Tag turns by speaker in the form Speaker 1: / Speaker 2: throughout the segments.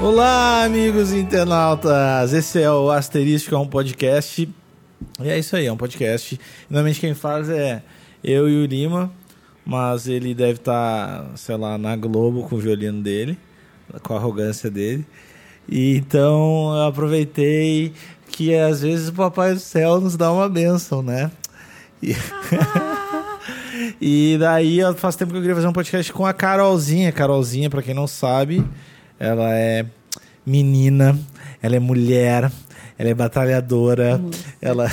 Speaker 1: Olá, amigos internautas! Esse é o Asterístico, é um podcast. E é isso aí, é um podcast. Normalmente quem faz é eu e o Lima, mas ele deve estar, sei lá, na Globo com o violino dele, com a arrogância dele. E então eu aproveitei que às vezes o Papai do Céu nos dá uma benção, né? E... E daí ó, faz tempo que eu queria fazer um podcast com a Carolzinha. Carolzinha, pra quem não sabe, ela é menina, ela é mulher, ela é batalhadora, ela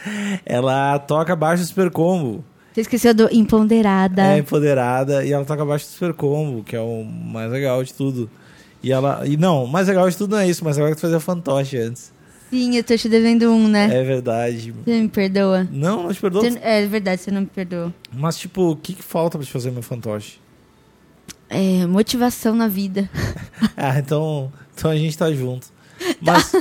Speaker 1: ela toca baixo do Super Combo.
Speaker 2: Você esqueceu do Imponderada.
Speaker 1: É empoderada e ela toca abaixo do Super Combo, que é o mais legal de tudo. E ela. E não, o mais legal de tudo não é isso, mas agora que tu fazia fantoche antes.
Speaker 2: Sim, eu tô te devendo um, né?
Speaker 1: É verdade.
Speaker 2: Você me perdoa.
Speaker 1: Não, não te perdoo.
Speaker 2: Você- é verdade, você não me perdoa.
Speaker 1: Mas, tipo, o que, que falta pra te fazer meu fantoche?
Speaker 2: É, motivação na vida.
Speaker 1: Ah, então, então a gente tá junto. Mas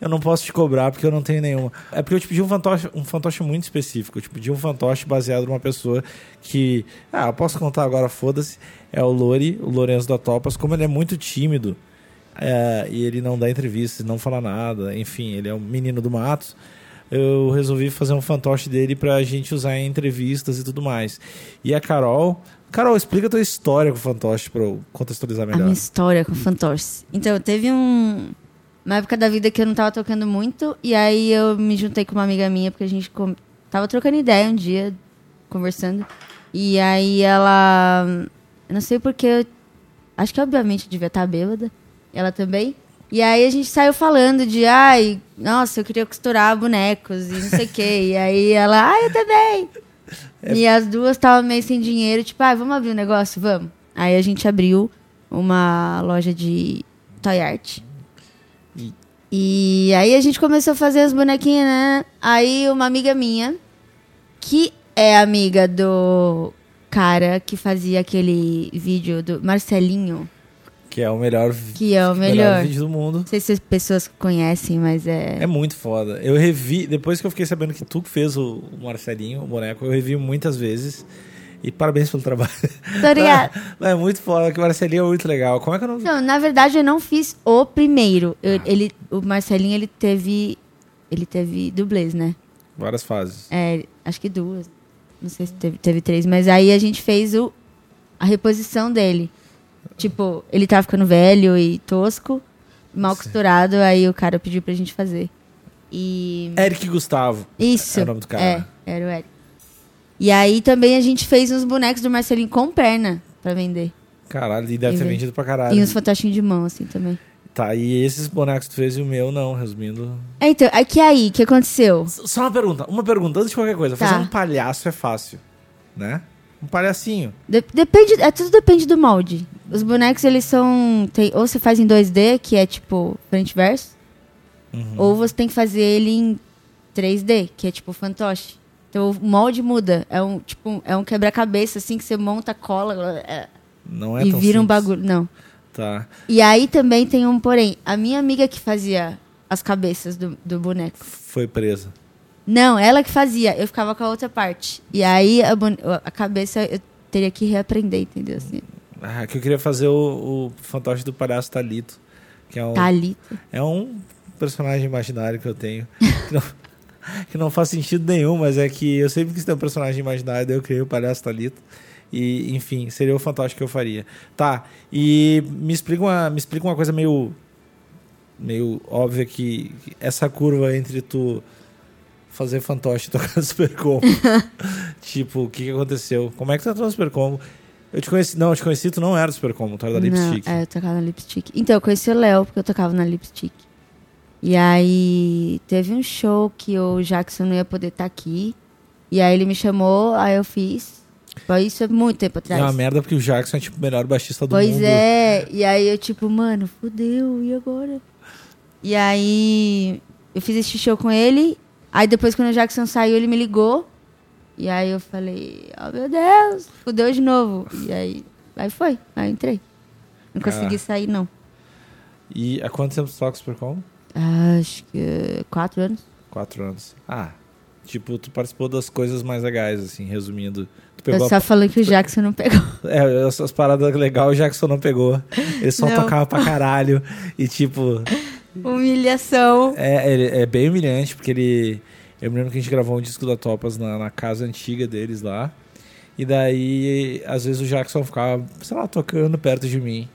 Speaker 1: eu não posso te cobrar porque eu não tenho nenhuma. É porque eu te pedi um fantoche, um fantoche muito específico. Eu te pedi um fantoche baseado numa pessoa que. Ah, eu posso contar agora, foda-se. É o Lori, o Lourenço da Topas. Como ele é muito tímido é, e ele não dá entrevista, não fala nada, enfim, ele é um menino do mato. Eu resolvi fazer um fantoche dele pra gente usar em entrevistas e tudo mais. E a Carol. Carol, explica a tua história com o fantoche pra eu contextualizar
Speaker 2: A
Speaker 1: melhor.
Speaker 2: minha história com fantoches. Então, teve um... Uma época da vida que eu não tava tocando muito. E aí eu me juntei com uma amiga minha, porque a gente com- tava trocando ideia um dia, conversando. E aí ela... Eu não sei porque... eu- Acho que obviamente eu devia estar bêbada. Ela também. E aí a gente saiu falando de... Ai, nossa, eu queria costurar bonecos e não sei o quê. E aí ela... Ai, eu também. E
Speaker 1: É.
Speaker 2: as duas estavam meio sem dinheiro, tipo, ah, vamos abrir um negócio? Vamos. Aí a gente abriu uma loja de toy art.
Speaker 1: E-
Speaker 2: E aí a gente começou a fazer as bonequinhas, né? Aí uma amiga minha, que é amiga do cara que fazia aquele vídeo do Marcelinho,
Speaker 1: Que é o melhor, vi-
Speaker 2: que é o melhor.
Speaker 1: vídeo do mundo.
Speaker 2: Não sei se as pessoas conhecem, mas é.
Speaker 1: É muito foda. Eu revi, depois que eu fiquei sabendo que tu que fez o o Marcelinho, o boneco, eu revi muitas vezes. E parabéns pelo trabalho.
Speaker 2: Obrigada.
Speaker 1: Não, é muito foda, que o Marcelinho é muito legal. Como é que eu não.
Speaker 2: Não, na verdade eu não fiz o primeiro. Eu-
Speaker 1: Ah.
Speaker 2: ele, o Marcelinho, ele teve. Ele teve dublês, né?
Speaker 1: Várias fases.
Speaker 2: É, acho que duas. Não sei se teve, teve três, mas aí a gente fez o, a reposição dele. Tipo, ele tava ficando velho e tosco, mal costurado, aí o cara pediu pra gente fazer. E.
Speaker 1: Eric Gustavo.
Speaker 2: Isso.
Speaker 1: É o nome do cara.
Speaker 2: É, era o Eric. E aí também a gente fez uns bonecos do Marcelinho com perna pra vender.
Speaker 1: Caralho, e deve
Speaker 2: Eu
Speaker 1: ter
Speaker 2: vi.
Speaker 1: vendido pra caralho.
Speaker 2: E uns fantochinhos de mão, assim, também.
Speaker 1: Tá, e esses bonecos que tu fez e o meu não, resumindo.
Speaker 2: É, então, é que aí, o que aconteceu?
Speaker 1: S- Só uma pergunta, uma pergunta, antes de qualquer coisa.
Speaker 2: Tá.
Speaker 1: Fazer um palhaço é fácil, né? Um palhacinho.
Speaker 2: De- depende, é tudo depende do molde. Os bonecos eles são tem- ou você faz em 2D, que é tipo frente e verso,
Speaker 1: Uhum.
Speaker 2: ou você tem que fazer ele em 3D, que é tipo fantoche. Então o molde muda, é um tipo é um quebra-cabeça assim que você monta, cola é,
Speaker 1: Não é
Speaker 2: e
Speaker 1: tão
Speaker 2: vira um
Speaker 1: simples.
Speaker 2: bagulho, não.
Speaker 1: Tá.
Speaker 2: E aí também tem um porém, a minha amiga que fazia as cabeças do, do boneco.
Speaker 1: Foi presa.
Speaker 2: Não, ela que fazia, eu ficava com a outra parte. E aí a, bone- a cabeça eu teria que reaprender, entendeu? Assim,
Speaker 1: Ah, que eu queria fazer o, o fantoche do palhaço Talito. Que é um,
Speaker 2: tá ali.
Speaker 1: é um personagem imaginário que eu tenho. Que não, que não faz sentido nenhum, mas é que eu sempre quis ter um personagem imaginário, daí eu criei o palhaço Talito. E, enfim, seria o fantoche que eu faria. Tá, e me explica uma, me explica uma coisa meio. meio óbvia que. que Essa curva entre tu fazer fantoche e tocar no Super Combo. tipo, o que, que aconteceu? Como é que tu entrou no Super Combo? Eu te conheci. Não, eu te conheci, tu não era do Super Combo, tu era da Lipstick.
Speaker 2: Não, é, eu tocava na Lipstick. Então, eu conheci o Léo, porque eu tocava na Lipstick. E aí, teve um show que o Jackson não ia poder estar aqui. E aí, ele me chamou, aí eu fiz. Foi isso é muito tempo
Speaker 1: É
Speaker 2: atrás.
Speaker 1: uma merda porque o Jackson é tipo o melhor baixista do
Speaker 2: pois
Speaker 1: mundo.
Speaker 2: é. E aí, eu tipo, mano, fudeu, e agora? E aí, eu fiz esse show com ele. Aí, depois, quando o Jackson saiu, ele me ligou. E aí, eu falei, oh, meu Deus, fudeu de novo. E aí, aí foi. Aí, eu entrei. Não consegui
Speaker 1: Ah.
Speaker 2: sair, não.
Speaker 1: E há quanto tempo tu toca Super Combo?
Speaker 2: Acho que eh, quatro anos.
Speaker 1: Quatro anos. Ah, tipo, tu participou das coisas mais legais, assim, resumindo. Tu Pegou
Speaker 2: eu
Speaker 1: a-
Speaker 2: só falando que o Jackson não pegou.
Speaker 1: É, essas paradas legais o Jackson não pegou. Ele só
Speaker 2: Não.
Speaker 1: tocava pra caralho. E tipo,
Speaker 2: Humilhação.
Speaker 1: é, ele- é bem humilhante, porque ele. Eu me lembro que a gente gravou um disco da Topas na, na casa antiga deles lá. E daí, às vezes o Jackson ficava, sei lá, tocando perto de mim.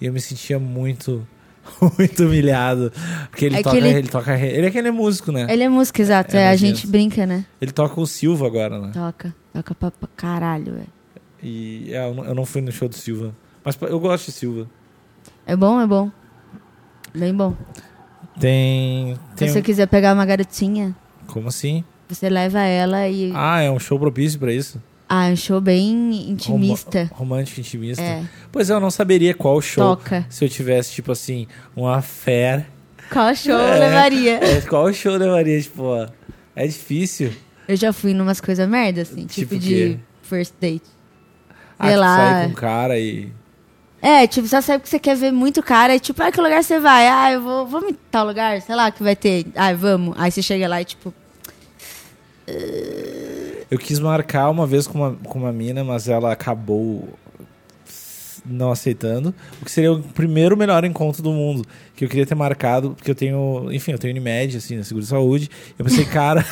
Speaker 1: E eu me sentia muito, muito humilhado. Porque ele
Speaker 2: É que
Speaker 1: toca. Ele...
Speaker 2: ele-
Speaker 1: toca. Ele é aquele músico, né?
Speaker 2: Ele é música, exato.
Speaker 1: É,
Speaker 2: é, a
Speaker 1: imagino.
Speaker 2: gente brinca, né?
Speaker 1: Ele toca o Silva agora, né?
Speaker 2: Toca. Toca pra, pra caralho, é. velho.
Speaker 1: E é, eu não- eu não fui no show do Silva. Mas eu gosto de Silva.
Speaker 2: É bom, é bom. Bem bom.
Speaker 1: Tem. tem um-
Speaker 2: Se você quiser pegar uma garotinha,
Speaker 1: Como assim?
Speaker 2: você leva ela e. Ah,
Speaker 1: Ah, é um show propício pra isso?
Speaker 2: é um show bem intimista.
Speaker 1: Roma- romântico intimista.
Speaker 2: É.
Speaker 1: Pois é, eu não saberia qual show.
Speaker 2: Toca.
Speaker 1: Se eu tivesse, tipo assim, uma fé.
Speaker 2: Qual show
Speaker 1: É.
Speaker 2: eu levaria?
Speaker 1: É, qual show eu levaria? Tipo, ó, é difícil.
Speaker 2: Eu já fui numas coisas merda, assim, tipo,
Speaker 1: Tipo o
Speaker 2: de
Speaker 1: quê?
Speaker 2: first date.
Speaker 1: Ah,
Speaker 2: Sei
Speaker 1: tipo,
Speaker 2: lá.
Speaker 1: sair com um cara e.
Speaker 2: É, tipo, só sabe que você quer ver muito cara, e tipo, ah, que lugar você vai? Ah, eu vou, vamos em tal lugar, sei lá, que vai ter. Ah, vamos. Aí você chega lá e tipo,
Speaker 1: Eu quis marcar uma vez com uma, com uma mina, mas ela acabou não aceitando. O que seria o primeiro melhor encontro do mundo. Que eu queria ter marcado, porque eu tenho. Enfim, eu tenho Unimed, assim, na Seguro Saúde. Eu pensei, cara.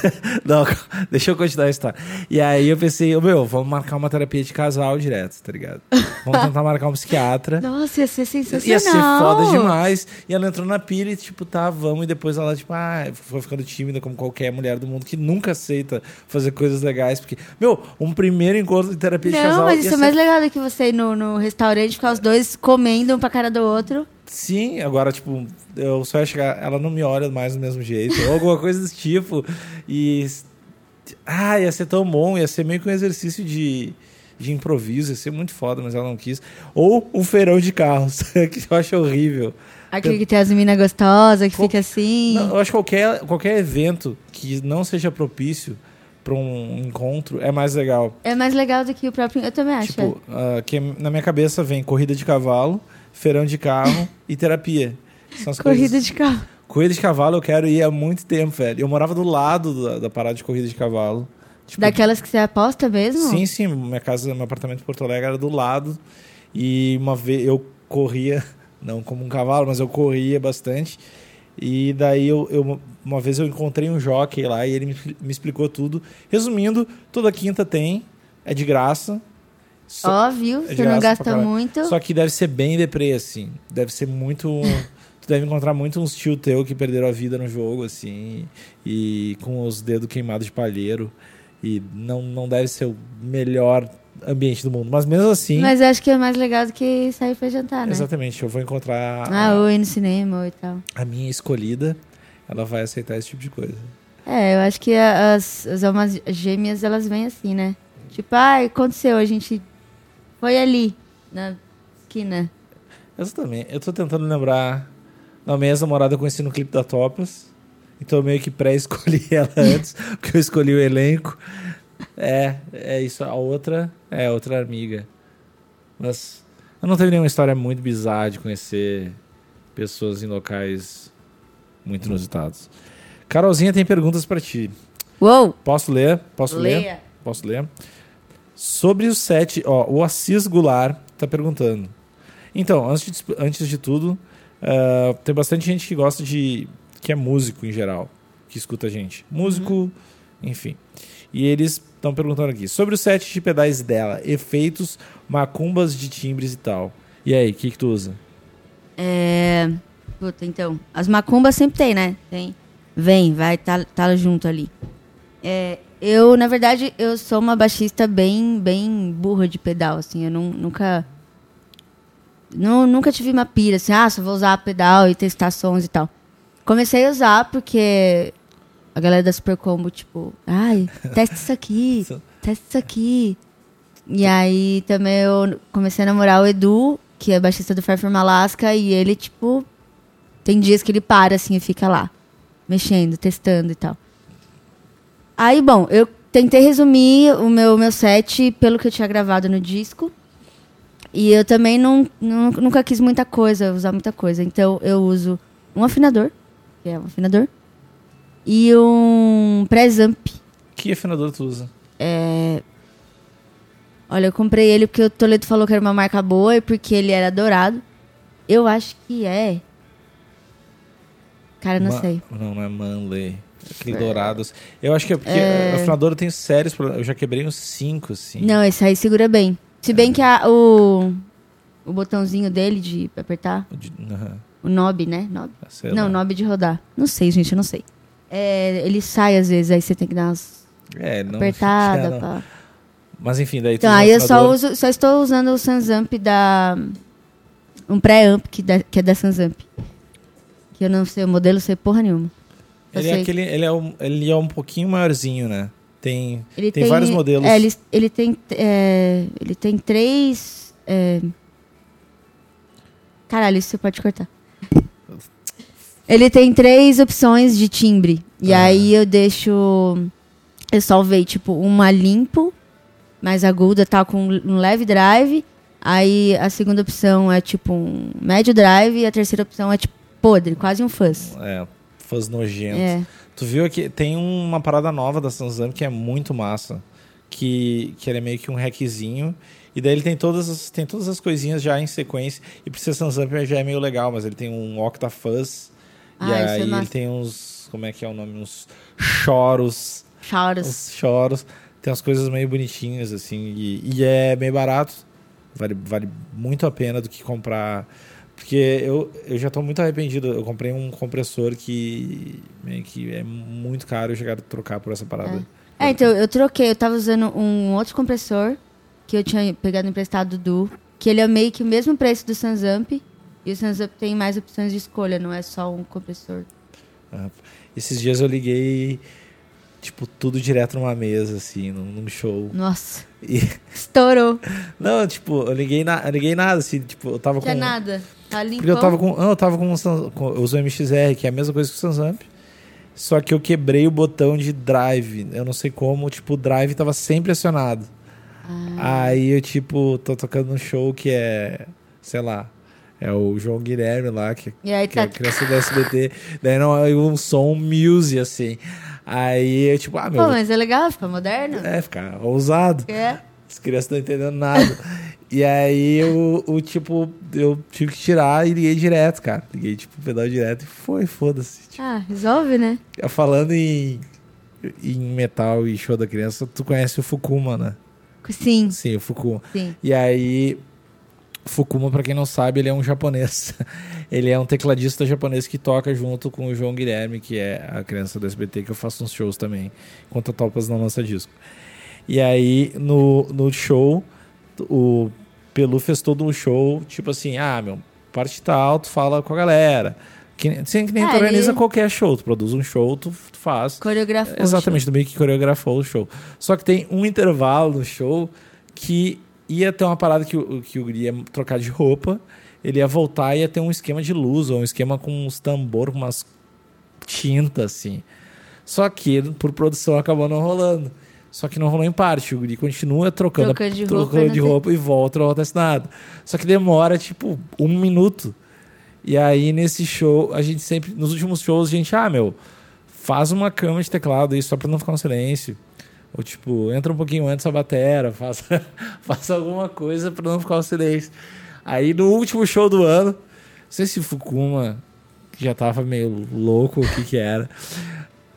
Speaker 1: não, deixa eu continuar a história. E aí eu pensei, ô, meu, vamos marcar uma terapia de casal direto, tá ligado? Vamos tentar marcar um psiquiatra.
Speaker 2: nossa, ia ser sensacional.
Speaker 1: Ia ser foda demais. E ela entrou na pilha e, tipo, tá, vamos. E depois ela, tipo, ah, foi ficando tímida, como qualquer mulher do mundo que nunca aceita fazer coisas legais. Porque, meu, um primeiro encontro de terapia de
Speaker 2: Não,
Speaker 1: casal.
Speaker 2: mas
Speaker 1: ia
Speaker 2: isso é
Speaker 1: ser-
Speaker 2: mais legal do que você ir no, no restaurante, ficar os dois comendo um pra cara do outro.
Speaker 1: Sim, agora, tipo, eu só ia chegar. Ela não me olha mais do mesmo jeito, ou alguma coisa desse tipo. E. Ah, ia ser tão bom, ia ser meio que um exercício de. De improviso, ia ser muito foda, mas ela não quis. Ou um feirão de carros, que eu acho horrível.
Speaker 2: Aquele que tem as meninas gostosas, que fica assim.
Speaker 1: Não, eu acho que qualquer, qualquer evento que não seja propício para um encontro é mais legal.
Speaker 2: É mais legal do que o próprio. Eu também acho. é.
Speaker 1: Tipo, ah, que na minha cabeça vem corrida de cavalo, feirão de carro e terapia. São as
Speaker 2: é. Corrida
Speaker 1: coisas-
Speaker 2: de carro.
Speaker 1: Corrida de cavalo eu quero ir há muito tempo, velho. Eu morava do lado da, da parada de corrida de cavalo. Tipo,
Speaker 2: Daquelas que você aposta mesmo?
Speaker 1: Sim, sim. Minha casa, meu apartamento em Porto Alegre era do lado. E uma vez eu corria, não como um cavalo, mas eu corria bastante. E daí eu, eu- uma vez eu encontrei um jockey lá e ele me, me explicou tudo. Resumindo, toda quinta tem, é de graça. Só,
Speaker 2: Ó, viu?
Speaker 1: É de
Speaker 2: Você não
Speaker 1: graça pra
Speaker 2: gasta
Speaker 1: caralho.
Speaker 2: muito.
Speaker 1: só que deve ser bem deprê, assim. Deve ser muito. tu deve encontrar muito uns tio teu que perderam a vida no jogo, assim. E com os dedos queimados de palheiro. E não, não deve ser o melhor ambiente do mundo. Mas mesmo assim.
Speaker 2: Mas eu acho que é mais legal do que sair pra jantar, né?
Speaker 1: Exatamente, eu vou encontrar
Speaker 2: Ah,
Speaker 1: a,
Speaker 2: ou ir no cinema ou e tal.
Speaker 1: a minha escolhida. Ela vai aceitar esse tipo de coisa.
Speaker 2: É, eu acho que a- as, as almas gêmeas, elas vêm assim, né? Tipo, ai, aconteceu, a gente foi ali, na esquina.
Speaker 1: Exatamente. Eu tô tentando lembrar. Na minha ex-namorada eu conheci no clipe da Topas. Então eu meio que pré-escolhi ela antes, porque eu escolhi o elenco. É, é isso. A outra é outra amiga. Mas eu não teve nenhuma história muito bizarra de conhecer pessoas em locais muito inusitados. Carolzinha tem perguntas pra ti.
Speaker 2: Uou!
Speaker 1: Posso ler? Posso ler?
Speaker 2: Leia!
Speaker 1: Posso ler? Sobre o set, ó, o Assis Goulart tá perguntando. Então, antes de, antes de tudo, ah, tem bastante gente que gosta de. que é músico em geral, que escuta a gente. Músico, enfim. E eles estão perguntando aqui: sobre o set de pedais dela, efeitos, macumbas de timbres e tal. E aí, o que, que tu usa?
Speaker 2: É. Puta, então. As macumbas sempre tem, né? Tem. Vem, vai, tá, tá junto ali. É, eu, na verdade, eu sou uma baixista bem, bem burra de pedal, assim. Eu nun- nunca. nu- nunca tive uma pira, assim, ah, só vou usar pedal e testar sons e tal. Comecei a usar porque a galera da Super Combo, tipo, ai, testa isso aqui, testa isso aqui. E aí também eu comecei a namorar o Edu, que é baixista do Far From Alaska, e ele, tipo, tem dias que ele para assim e fica lá, mexendo, testando e tal. Aí, bom, eu tentei resumir o meu, meu set pelo que eu tinha gravado no disco. E eu também não, nu- nunca quis muita coisa, usar muita coisa. Então eu uso um afinador, que é um afinador, e um presamp,
Speaker 1: Que afinador tu usa?
Speaker 2: Olha, eu comprei ele porque o Toledo falou que era uma marca boa e porque ele era dourado. Eu acho que é. Cara, não
Speaker 1: Ma-
Speaker 2: sei. É.
Speaker 1: Não, não é Manley. Aquele dourado. Eu acho que é porque a afinadora tem sérios problemas. Eu já quebrei uns cinco, assim.
Speaker 2: Não, esse aí segura bem. Se bem que a- o, o botãozinho dele de apertar,
Speaker 1: De- aham,
Speaker 2: o knob, né? Knob?
Speaker 1: sei
Speaker 2: não,
Speaker 1: lá.
Speaker 2: knob de rodar. Não sei, gente, eu não sei. É, ele sai às vezes, aí você tem que dar umas
Speaker 1: É, não.
Speaker 2: apertadas.
Speaker 1: é, não.
Speaker 2: pá.
Speaker 1: Mas enfim, daí tu
Speaker 2: tá. Então,
Speaker 1: usa
Speaker 2: aí eu só,
Speaker 1: afinadora.
Speaker 2: uso, só estou usando o Sansamp da. Um pré-amp que, da- que é da Sansamp. Que eu não sei o modelo, sei porra nenhuma. eu
Speaker 1: Ele é,
Speaker 2: sei.
Speaker 1: aquele, ele, é um, ele é um pouquinho maiorzinho, né? Tem,
Speaker 2: Ele
Speaker 1: tem, vários modelos.
Speaker 2: É, ele, ele tem. é, ele tem três. é, Caralho, isso você pode cortar. Ele tem três opções de timbre. E
Speaker 1: Ah.
Speaker 2: aí eu deixo. Eu salvei, tipo, uma limpo, mais aguda, tal, com um leve drive. Aí a segunda opção é tipo um médio drive. E a terceira opção é tipo podre, quase um fuzz.
Speaker 1: É, fãs nojentos.
Speaker 2: É.
Speaker 1: Tu viu aqui, tem uma parada nova da Sanzam que é muito massa. Que, que ele é meio que um hackzinho. E daí ele tem todas as, tem todas as coisinhas já em sequência. E pra ser Sanzam já é meio legal, mas ele tem um Octafuzz. e
Speaker 2: Ah, isso é
Speaker 1: aí ele
Speaker 2: massa.
Speaker 1: tem uns. Como é que é o nome? Uns choros.
Speaker 2: Chauros.
Speaker 1: Uns choros. Tem umas coisas meio bonitinhas, assim. E, e é bem barato. Vale, vale muito a pena do que comprar. Porque eu, eu já tô muito arrependido. Eu comprei um compressor que meio que é muito caro. Eu chegar a trocar por essa parada.
Speaker 2: É, então, eu troquei. Eu tava usando um outro compressor que eu tinha pegado emprestado do Du, que ele é meio que o mesmo preço do Sansamp. E o Sansamp tem mais opções de escolha, não é só um compressor.
Speaker 1: Ah, Esses dias eu liguei, tipo, tudo direto numa mesa, assim, num, num show.
Speaker 2: Nossa,
Speaker 1: E,
Speaker 2: estourou.
Speaker 1: não, tipo, eu liguei, na, eu liguei nada, assim, tipo, eu tava
Speaker 2: Tinha
Speaker 1: com...
Speaker 2: nada. Tá limpão.
Speaker 1: Porque eu tava com. Não, eu tava com um Sans- com- Eu uso o MXR, que é a mesma coisa que o Sansamp. Só que eu quebrei o botão de drive. Eu não sei como, tipo, o drive tava sempre acionado. Aí eu, tipo, tô tocando num show que é. Sei lá. É o João Guilherme lá, que,
Speaker 2: E aí
Speaker 1: que é
Speaker 2: tá.
Speaker 1: a criança do SBT. Daí não, aí um som music, assim. Aí eu, tipo, ah, meu.
Speaker 2: Pô, mas é legal, fica moderno.
Speaker 1: É, ficar ousado.
Speaker 2: É.
Speaker 1: As crianças não entendendo nada. e aí eu, o tipo, eu tive que tirar e liguei direto, cara. Liguei, tipo, pedal direto e foi, foda-se. Tipo,
Speaker 2: Ah, resolve, né?
Speaker 1: falando em, em metal e show da criança, tu conhece o Fukuma, né?
Speaker 2: Sim,
Speaker 1: Sim, o Fukuma.
Speaker 2: sim.
Speaker 1: E aí, Fukuma, pra quem não sabe, ele é um japonês. ele é um tecladista japonês que toca junto com o João Guilherme, que é a criança do SBT, que eu faço uns shows também, enquanto a Topas não lança disco. E aí, no, no show, o Pelu fez todo um show, tipo assim, ah, meu, parte tal, tu fala com a galera. Que, nem- assim que nem
Speaker 2: É,
Speaker 1: tu organiza
Speaker 2: ele-
Speaker 1: qualquer show, tu produz um show, tu, tu faz.
Speaker 2: Coreografou.
Speaker 1: É, Exatamente, do meio que coreografou o show. Só que tem um intervalo no show que ia ter uma parada que, o- que o Guri ia trocar de roupa, ele ia voltar e ia ter um esquema de luz, ou um esquema com uns tambor, com umas tintas, assim. Só que, por produção, acabou não rolando. Só que não rolou em parte. O Guri continua trocando,
Speaker 2: Trocando de
Speaker 1: trocando
Speaker 2: roupa,
Speaker 1: de
Speaker 2: né? não tem-
Speaker 1: roupa e volta, não acontece nada. Só que demora, tipo, um minuto. E aí, nesse show, a gente sempre... Nos últimos shows, a gente... Ah, meu, faz uma cama de teclado aí, só pra não ficar um silêncio. Ou, tipo, entra um pouquinho antes da batera, faz, faz alguma coisa pra não ficar um silêncio. Aí, no último show do ano, não sei se o Fukuma que já tava meio louco, o que que era.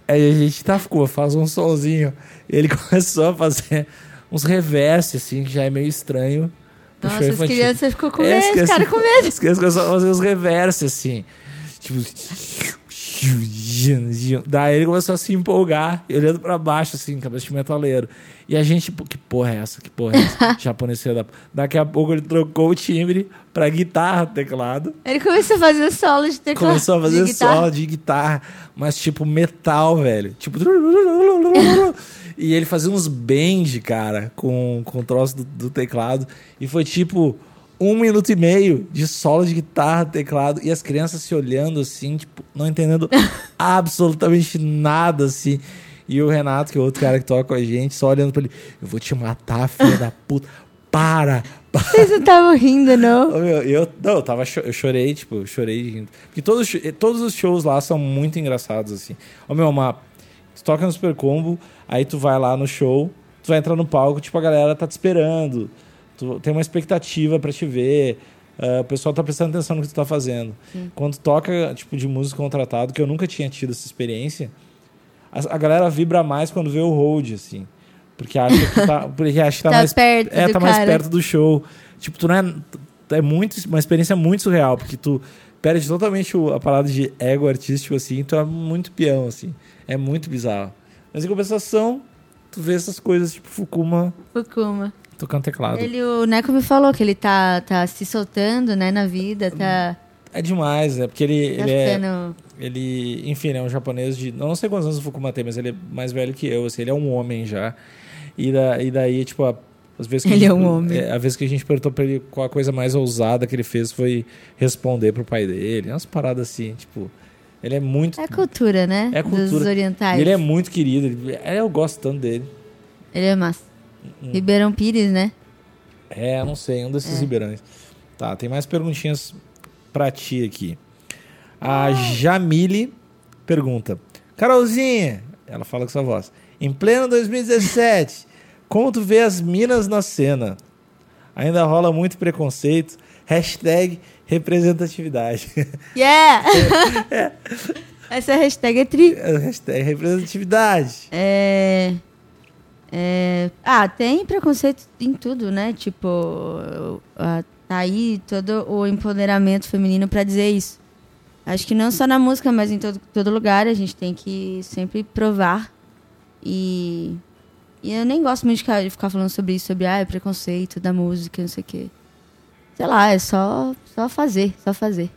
Speaker 1: Aí a gente tá, ficou, faz um sonzinho. Ele começou a fazer uns reverses, assim, que já é meio estranho. pro
Speaker 2: Nossa,
Speaker 1: show
Speaker 2: as
Speaker 1: infantil.
Speaker 2: crianças ficou com
Speaker 1: É, as
Speaker 2: medo,
Speaker 1: crianças-
Speaker 2: cara, com medo.
Speaker 1: As crianças começaram a fazer uns reverses, assim. Tipo. Daí ele começou a se empolgar, olhando pra baixo, assim, cabeça de metaleiro. E a gente, pô, que porra é essa? Que porra é essa? Japonês filho da... p- Daqui a pouco ele trocou o timbre pra guitarra, teclado.
Speaker 2: Ele começou a fazer solo de teclado.
Speaker 1: Começou a fazer
Speaker 2: de guitarra.
Speaker 1: solo de guitarra, mas tipo metal, velho. Tipo. e ele fazia uns bend, cara, com, com o troço do, do teclado. E foi tipo um minuto e meio de solo de guitarra, teclado. E as crianças se olhando assim, tipo, não entendendo absolutamente nada, assim. E o Renato, que é outro cara que toca com a gente, só olhando pra ele: Eu vou te matar, filho da puta. Para! para.
Speaker 2: Vocês não estavam rindo, não?
Speaker 1: Ô, meu, eu, não, eu tava cho- eu chorei, tipo, eu chorei de rindo. Porque todos, os cho- todos os shows lá são muito engraçados, assim. Ô meu, uma, tu toca no Super Combo, aí tu vai lá no show, tu vai entrar no palco, tipo, a galera tá te esperando. Tu tem uma expectativa pra te ver. ah, o pessoal tá prestando atenção no que tu tá fazendo. Quando toca, tipo, de músico contratado, que eu nunca tinha tido essa experiência, a, a galera vibra mais quando vê o hold, assim. Porque acha que tá, porque acha que tá,
Speaker 2: Tá
Speaker 1: mais
Speaker 2: perto
Speaker 1: É,
Speaker 2: do
Speaker 1: tá mais
Speaker 2: cara.
Speaker 1: perto do show. Tipo, tu não é. É muito, uma experiência muito surreal, porque tu perde totalmente o- a parada de ego artístico, assim, tu é muito peão, assim. É muito bizarro. Mas em compensação, tu vê essas coisas, tipo, Fukuma
Speaker 2: Fukuma.
Speaker 1: tocando teclado.
Speaker 2: Ele, o Neco me falou que ele tá, tá se soltando, né, na vida, tá,
Speaker 1: É demais, né? Porque ele,
Speaker 2: tá
Speaker 1: ele é.
Speaker 2: ficando...
Speaker 1: Ele, enfim, ele é um japonês de. eu Não sei quantos anos o Fukuma tem, mas ele é mais velho que eu, assim, ele é um homem já. E, da, e daí, tipo, a, as vezes que a
Speaker 2: Ele
Speaker 1: gente-
Speaker 2: é um homem.
Speaker 1: a vez que a gente perguntou pra ele qual a coisa mais ousada que ele fez foi responder pro pai dele. Umas paradas assim, tipo. Ele é muito.
Speaker 2: É cultura, né?
Speaker 1: É
Speaker 2: Dos
Speaker 1: cultura.
Speaker 2: orientais.
Speaker 1: e ele é muito querido. ele- é, eu gosto tanto dele.
Speaker 2: Ele é massa.
Speaker 1: Hum.
Speaker 2: Ribeirão Pires, né?
Speaker 1: É, eu não sei, um desses ribeirões. Tá, tem mais perguntinhas pra ti aqui. A Jamile pergunta: Carolzinha, ela fala com sua voz, em pleno 2017, como tu vê as minas na cena? Ainda rola muito preconceito. Hashtag representatividade.
Speaker 2: Yeah!
Speaker 1: É.
Speaker 2: Essa hashtag é tri.
Speaker 1: hashtag representatividade.
Speaker 2: É, é, ah, tem preconceito em tudo, né? Tipo, ah, tá aí todo o empoderamento feminino pra dizer isso. Acho que não só na música, mas em todo, todo lugar a gente tem que sempre provar. E, e eu nem gosto muito de ficar, de ficar falando sobre isso, sobre ah, é preconceito da música, não sei o quê. Sei lá, é só, só fazer, só fazer.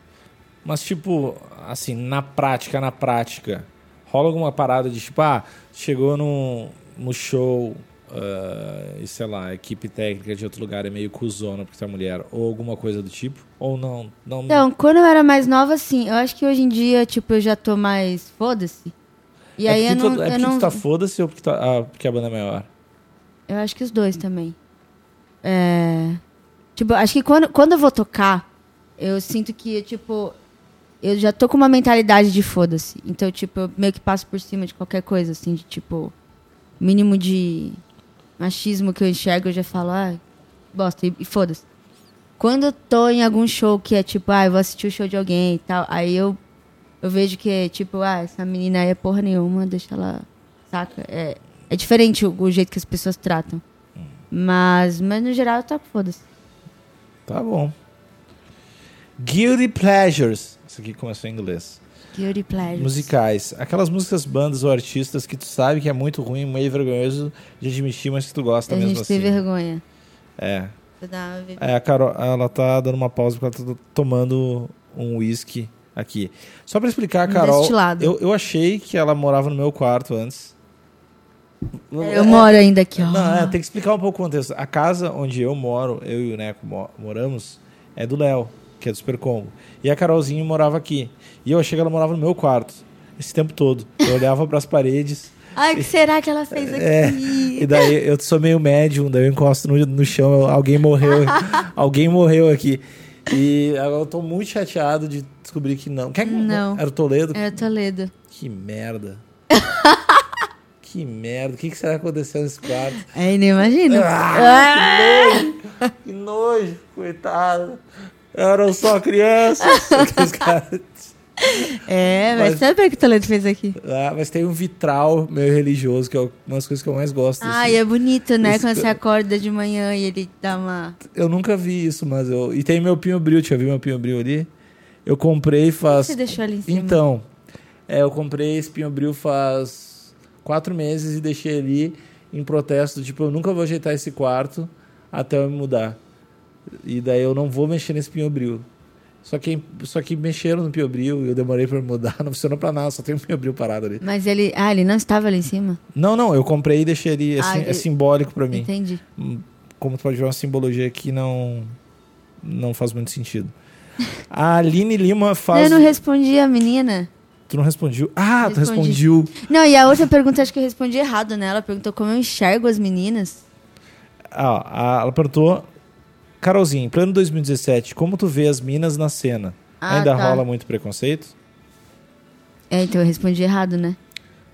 Speaker 1: Mas, tipo, assim, na prática, na prática, rola alguma parada de tipo, ah, chegou no, no show ah, e sei lá, a equipe técnica de outro lugar é meio cuzona porque tu é mulher, ou alguma coisa do tipo, ou não, não.
Speaker 2: Então, quando eu era mais nova, sim. Eu acho que hoje em dia, tipo, eu já tô mais foda-se. E
Speaker 1: é
Speaker 2: aí eu
Speaker 1: porque
Speaker 2: não.
Speaker 1: tu, é
Speaker 2: eu,
Speaker 1: porque
Speaker 2: não
Speaker 1: tu tá foda-se ou porque, tu- ah, porque a banda é maior?
Speaker 2: eu acho que os dois também. É. Tipo, acho que quando, quando eu vou tocar, eu sinto que, tipo, eu já tô com uma mentalidade de foda-se. Então, tipo, eu meio que passo por cima de qualquer coisa, assim, de tipo, mínimo de machismo que eu enxergo, eu já falo, ah, bosta, e, e foda-se. Quando eu tô em algum show que é tipo, ah, eu vou assistir o show de alguém e tal, aí eu, eu vejo que é tipo, ah, essa menina aí é porra nenhuma, deixa ela. Saca? É, é diferente o, o jeito que as pessoas tratam. Mas, mas no geral, tá foda-se.
Speaker 1: Tá bom. Guilty Pleasures. Isso aqui começou em inglês.
Speaker 2: Guilty pleasures.
Speaker 1: Musicais. Aquelas músicas, bandas ou artistas que tu sabe que é muito ruim, meio vergonhoso de admitir, mas que tu gosta
Speaker 2: A
Speaker 1: mesmo
Speaker 2: gente
Speaker 1: assim.
Speaker 2: tem vergonha.
Speaker 1: É.
Speaker 2: Vou dar uma bebida.
Speaker 1: É, a Carol, ela tá dando uma pausa porque ela tá tomando um whisky aqui. Só pra explicar, a
Speaker 2: Um
Speaker 1: Carol,
Speaker 2: destilado.
Speaker 1: eu, eu achei que ela morava no meu quarto antes.
Speaker 2: Eu moro ainda aqui, ó.
Speaker 1: É, Não, é, tem que explicar um pouco o contexto. A casa onde eu moro, eu e o Neco mo- moramos, é do Léo, que é do Supercombo. E a Carolzinha morava aqui. E eu achei que ela morava no meu quarto esse tempo todo. Eu olhava pras paredes.
Speaker 2: Ai, o que será que ela fez aqui?
Speaker 1: E daí eu sou meio médium, daí eu encosto no, no chão, eu- alguém morreu, alguém morreu aqui. E agora eu tô muito chateado de descobrir que não. Quem é que
Speaker 2: Não.
Speaker 1: Era o Toledo?
Speaker 2: Era É, Toledo.
Speaker 1: Que merda. que merda. O que, que será que aconteceu nesse quarto?
Speaker 2: Aí nem imagina. Ah!
Speaker 1: Que nojo, coitado. Eram só crianças. Aqueles caras-
Speaker 2: É, mas,
Speaker 1: Mas-
Speaker 2: sabe o que o Toledo fez aqui?
Speaker 1: Ah, mas tem um vitral meio religioso, que é uma das coisas que eu mais gosto.
Speaker 2: Ah,
Speaker 1: assim.
Speaker 2: e é bonito, né? Quando
Speaker 1: Isso-
Speaker 2: você acorda de manhã e ele dá uma.
Speaker 1: Eu nunca vi isso, mas eu. E tem meu Pinho Bril, já viu meu Pinho Bril ali? Eu comprei faz.
Speaker 2: Você deixou ali em cima.
Speaker 1: Então, é, eu comprei esse Pinho Bril faz quatro meses e deixei ali em protesto, tipo, eu nunca vou ajeitar esse quarto até eu me mudar. E daí eu não vou mexer nesse Pinho Bril. Só que, só que mexeram no Pinho Bril e eu demorei pra me mudar, não funcionou pra nada, só tem o Pinho Bril parado ali.
Speaker 2: Mas ele. Ah, ele não estava ali em cima?
Speaker 1: Não, não, eu comprei e deixei ali, é,
Speaker 2: Ah,
Speaker 1: sim- é
Speaker 2: eu-
Speaker 1: simbólico pra mim
Speaker 2: Entendi.
Speaker 1: como tu pode ver, uma simbologia que não não faz muito sentido. A Aline Lima faz. um-
Speaker 2: Eu não respondi a menina.
Speaker 1: Tu não respondiu? Ah, tu
Speaker 2: Respondi.
Speaker 1: respondiu.
Speaker 2: Não, e a outra pergunta acho que eu respondi errado, né? Ela perguntou como eu enxergo as meninas.
Speaker 1: Ah, a- ela perguntou. Carolzinha, em pleno 2017, como tu vê as minas na cena?
Speaker 2: Ah,
Speaker 1: Ainda
Speaker 2: tá.
Speaker 1: rola muito preconceito?
Speaker 2: É, então eu respondi errado, né?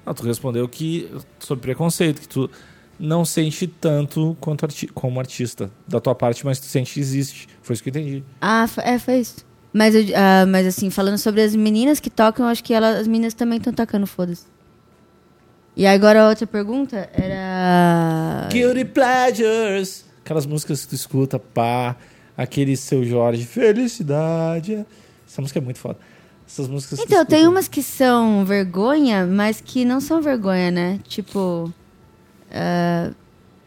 Speaker 1: Ah, tu respondeu que sobre preconceito, que tu não sente tanto quanto arti como artista da tua parte, mas tu sente que existe. Foi isso que eu entendi.
Speaker 2: Ah, fo- é, foi isso. Mas, eu- ah, mas assim, falando sobre as meninas que tocam, acho que elas, as meninas também estão tocando, foda-se. E agora a outra pergunta era.
Speaker 1: Guilty Pleasures. Aquelas músicas que tu escuta, pá. Aquele seu Jorge, felicidade. Essa música é muito foda. Essas músicas que tu
Speaker 2: Então, tem
Speaker 1: escuta-
Speaker 2: umas que são vergonha, mas que não são vergonha, né? Tipo. ah,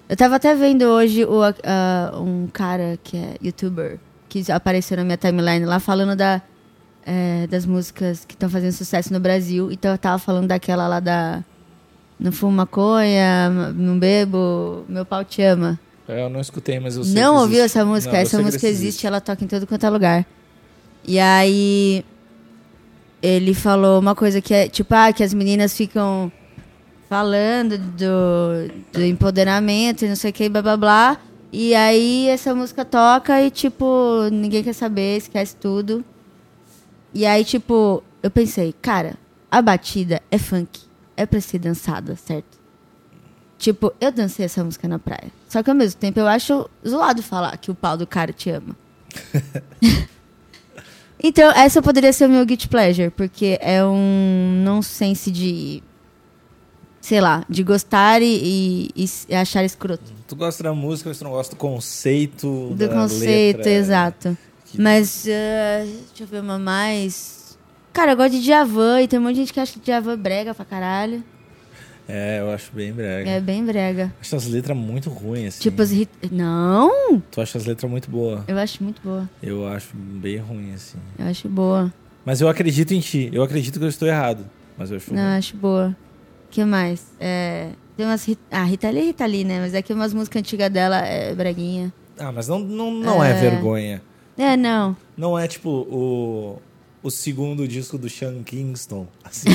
Speaker 2: eu tava até vendo hoje o, ah, um cara que é youtuber, que apareceu na minha timeline lá, falando da, eh, das músicas que estão fazendo sucesso no Brasil. Então eu tava falando daquela lá da. Não fumo maconha, não bebo, meu pau te ama.
Speaker 1: É, Eu não escutei, mas eu sei
Speaker 2: Não
Speaker 1: que
Speaker 2: ouviu
Speaker 1: existe.
Speaker 2: essa música?
Speaker 1: Não, eu sei
Speaker 2: essa
Speaker 1: que
Speaker 2: música
Speaker 1: existe.
Speaker 2: existe, ela toca em todo quanto é lugar. E aí. Ele falou uma coisa que é tipo, ah, que as meninas ficam falando do, do empoderamento e não sei o que, blá blá blá. E aí essa música toca e, tipo, ninguém quer saber, esquece tudo. E aí, tipo, eu pensei, cara, a batida é funk. É pra ser dançada, certo? Tipo, eu dancei essa música na praia. Só que ao mesmo tempo eu acho zoado falar que o pau do cara te ama. então, essa poderia ser o meu guilty pleasure, porque é um nonsense de. Sei lá, de gostar e, e- e achar escroto.
Speaker 1: Tu gosta da música, mas tu não gosta do conceito.
Speaker 2: Do
Speaker 1: da
Speaker 2: conceito,
Speaker 1: letra. é.
Speaker 2: exato.
Speaker 1: Que-
Speaker 2: Mas, ah, deixa eu ver uma mais. Cara, eu gosto de Djavan e tem um monte de gente que acha que Djavan é brega pra caralho.
Speaker 1: É, eu acho bem brega.
Speaker 2: É bem brega.
Speaker 1: Acho as letras muito ruins, assim.
Speaker 2: Tipo, as rit... Não!
Speaker 1: Tu acha as letras muito boas.
Speaker 2: Eu acho muito boa.
Speaker 1: Eu acho bem ruim, assim.
Speaker 2: Eu acho boa.
Speaker 1: Mas eu acredito em ti. Eu acredito que eu estou errado. Mas eu acho
Speaker 2: Não, eu
Speaker 1: ruim.
Speaker 2: acho boa. O que mais? É, tem umas. Ri- Ah, Rita Lee é Rita Lee, né? Mas é que umas músicas antigas dela é breguinha.
Speaker 1: Ah, mas não, não, não é...
Speaker 2: É.
Speaker 1: vergonha.
Speaker 2: É, não.
Speaker 1: Não é tipo o, o segundo disco do Sean Kingston. Assim,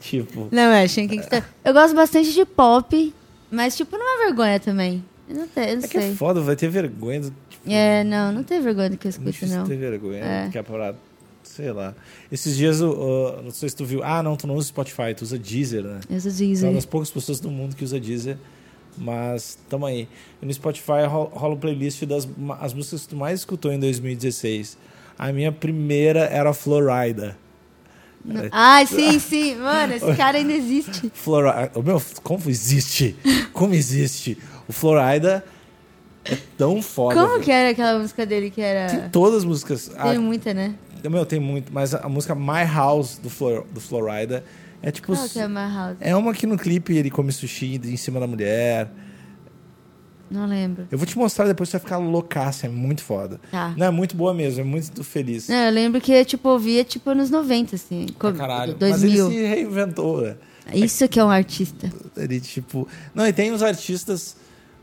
Speaker 1: tipo.
Speaker 2: Não é, Shanking Eu gosto bastante de pop, mas, tipo, não é vergonha também. Eu não, te, eu não
Speaker 1: É que é
Speaker 2: sei.
Speaker 1: foda, vai ter vergonha. do- Tipo,
Speaker 2: É, não, não tem vergonha do que eu
Speaker 1: É muito
Speaker 2: escuto,
Speaker 1: difícil
Speaker 2: não.
Speaker 1: ter vergonha.
Speaker 2: É.
Speaker 1: Que é parada. Sei lá. Esses dias, o- o- não sei se tu viu. Ah, não, tu não usa Spotify, tu usa Deezer, né?
Speaker 2: Eu sou
Speaker 1: Tu é uma
Speaker 2: Disney.
Speaker 1: das poucas pessoas do mundo que usa Deezer. Mas tamo aí. E no Spotify ro- rola o playlist das ma- as músicas que tu mais escutou em 2016. A minha primeira era Florida.
Speaker 2: Não- Ai, sim, sim. Mano, esse cara ainda existe.
Speaker 1: Florida. ah, Meu, como existe? Como existe? O Florida é tão foda.
Speaker 2: Como
Speaker 1: velho. Ah,
Speaker 2: que era aquela música dele que
Speaker 1: Tem
Speaker 2: era.
Speaker 1: todas as músicas. A-
Speaker 2: Tem muita, né?
Speaker 1: Meu, tem muito, mas a música My House do, Flor, do Florida é tipo.
Speaker 2: Qual que é a My House?
Speaker 1: É uma que no clipe ele come sushi em cima da mulher.
Speaker 2: Não lembro.
Speaker 1: Eu vou te mostrar depois, você vai ficar loucaça, é muito foda.
Speaker 2: Tá.
Speaker 1: Não, é muito boa mesmo, é muito feliz.
Speaker 2: Não, eu lembro que, tipo, ouvia, tipo, nos 90, assim.
Speaker 1: Pra
Speaker 2: Com,
Speaker 1: É caralho. Mas ele
Speaker 2: 2000.
Speaker 1: se reinventou, né?
Speaker 2: Isso que é um artista.
Speaker 1: Ele, tipo. Não, e tem uns artistas.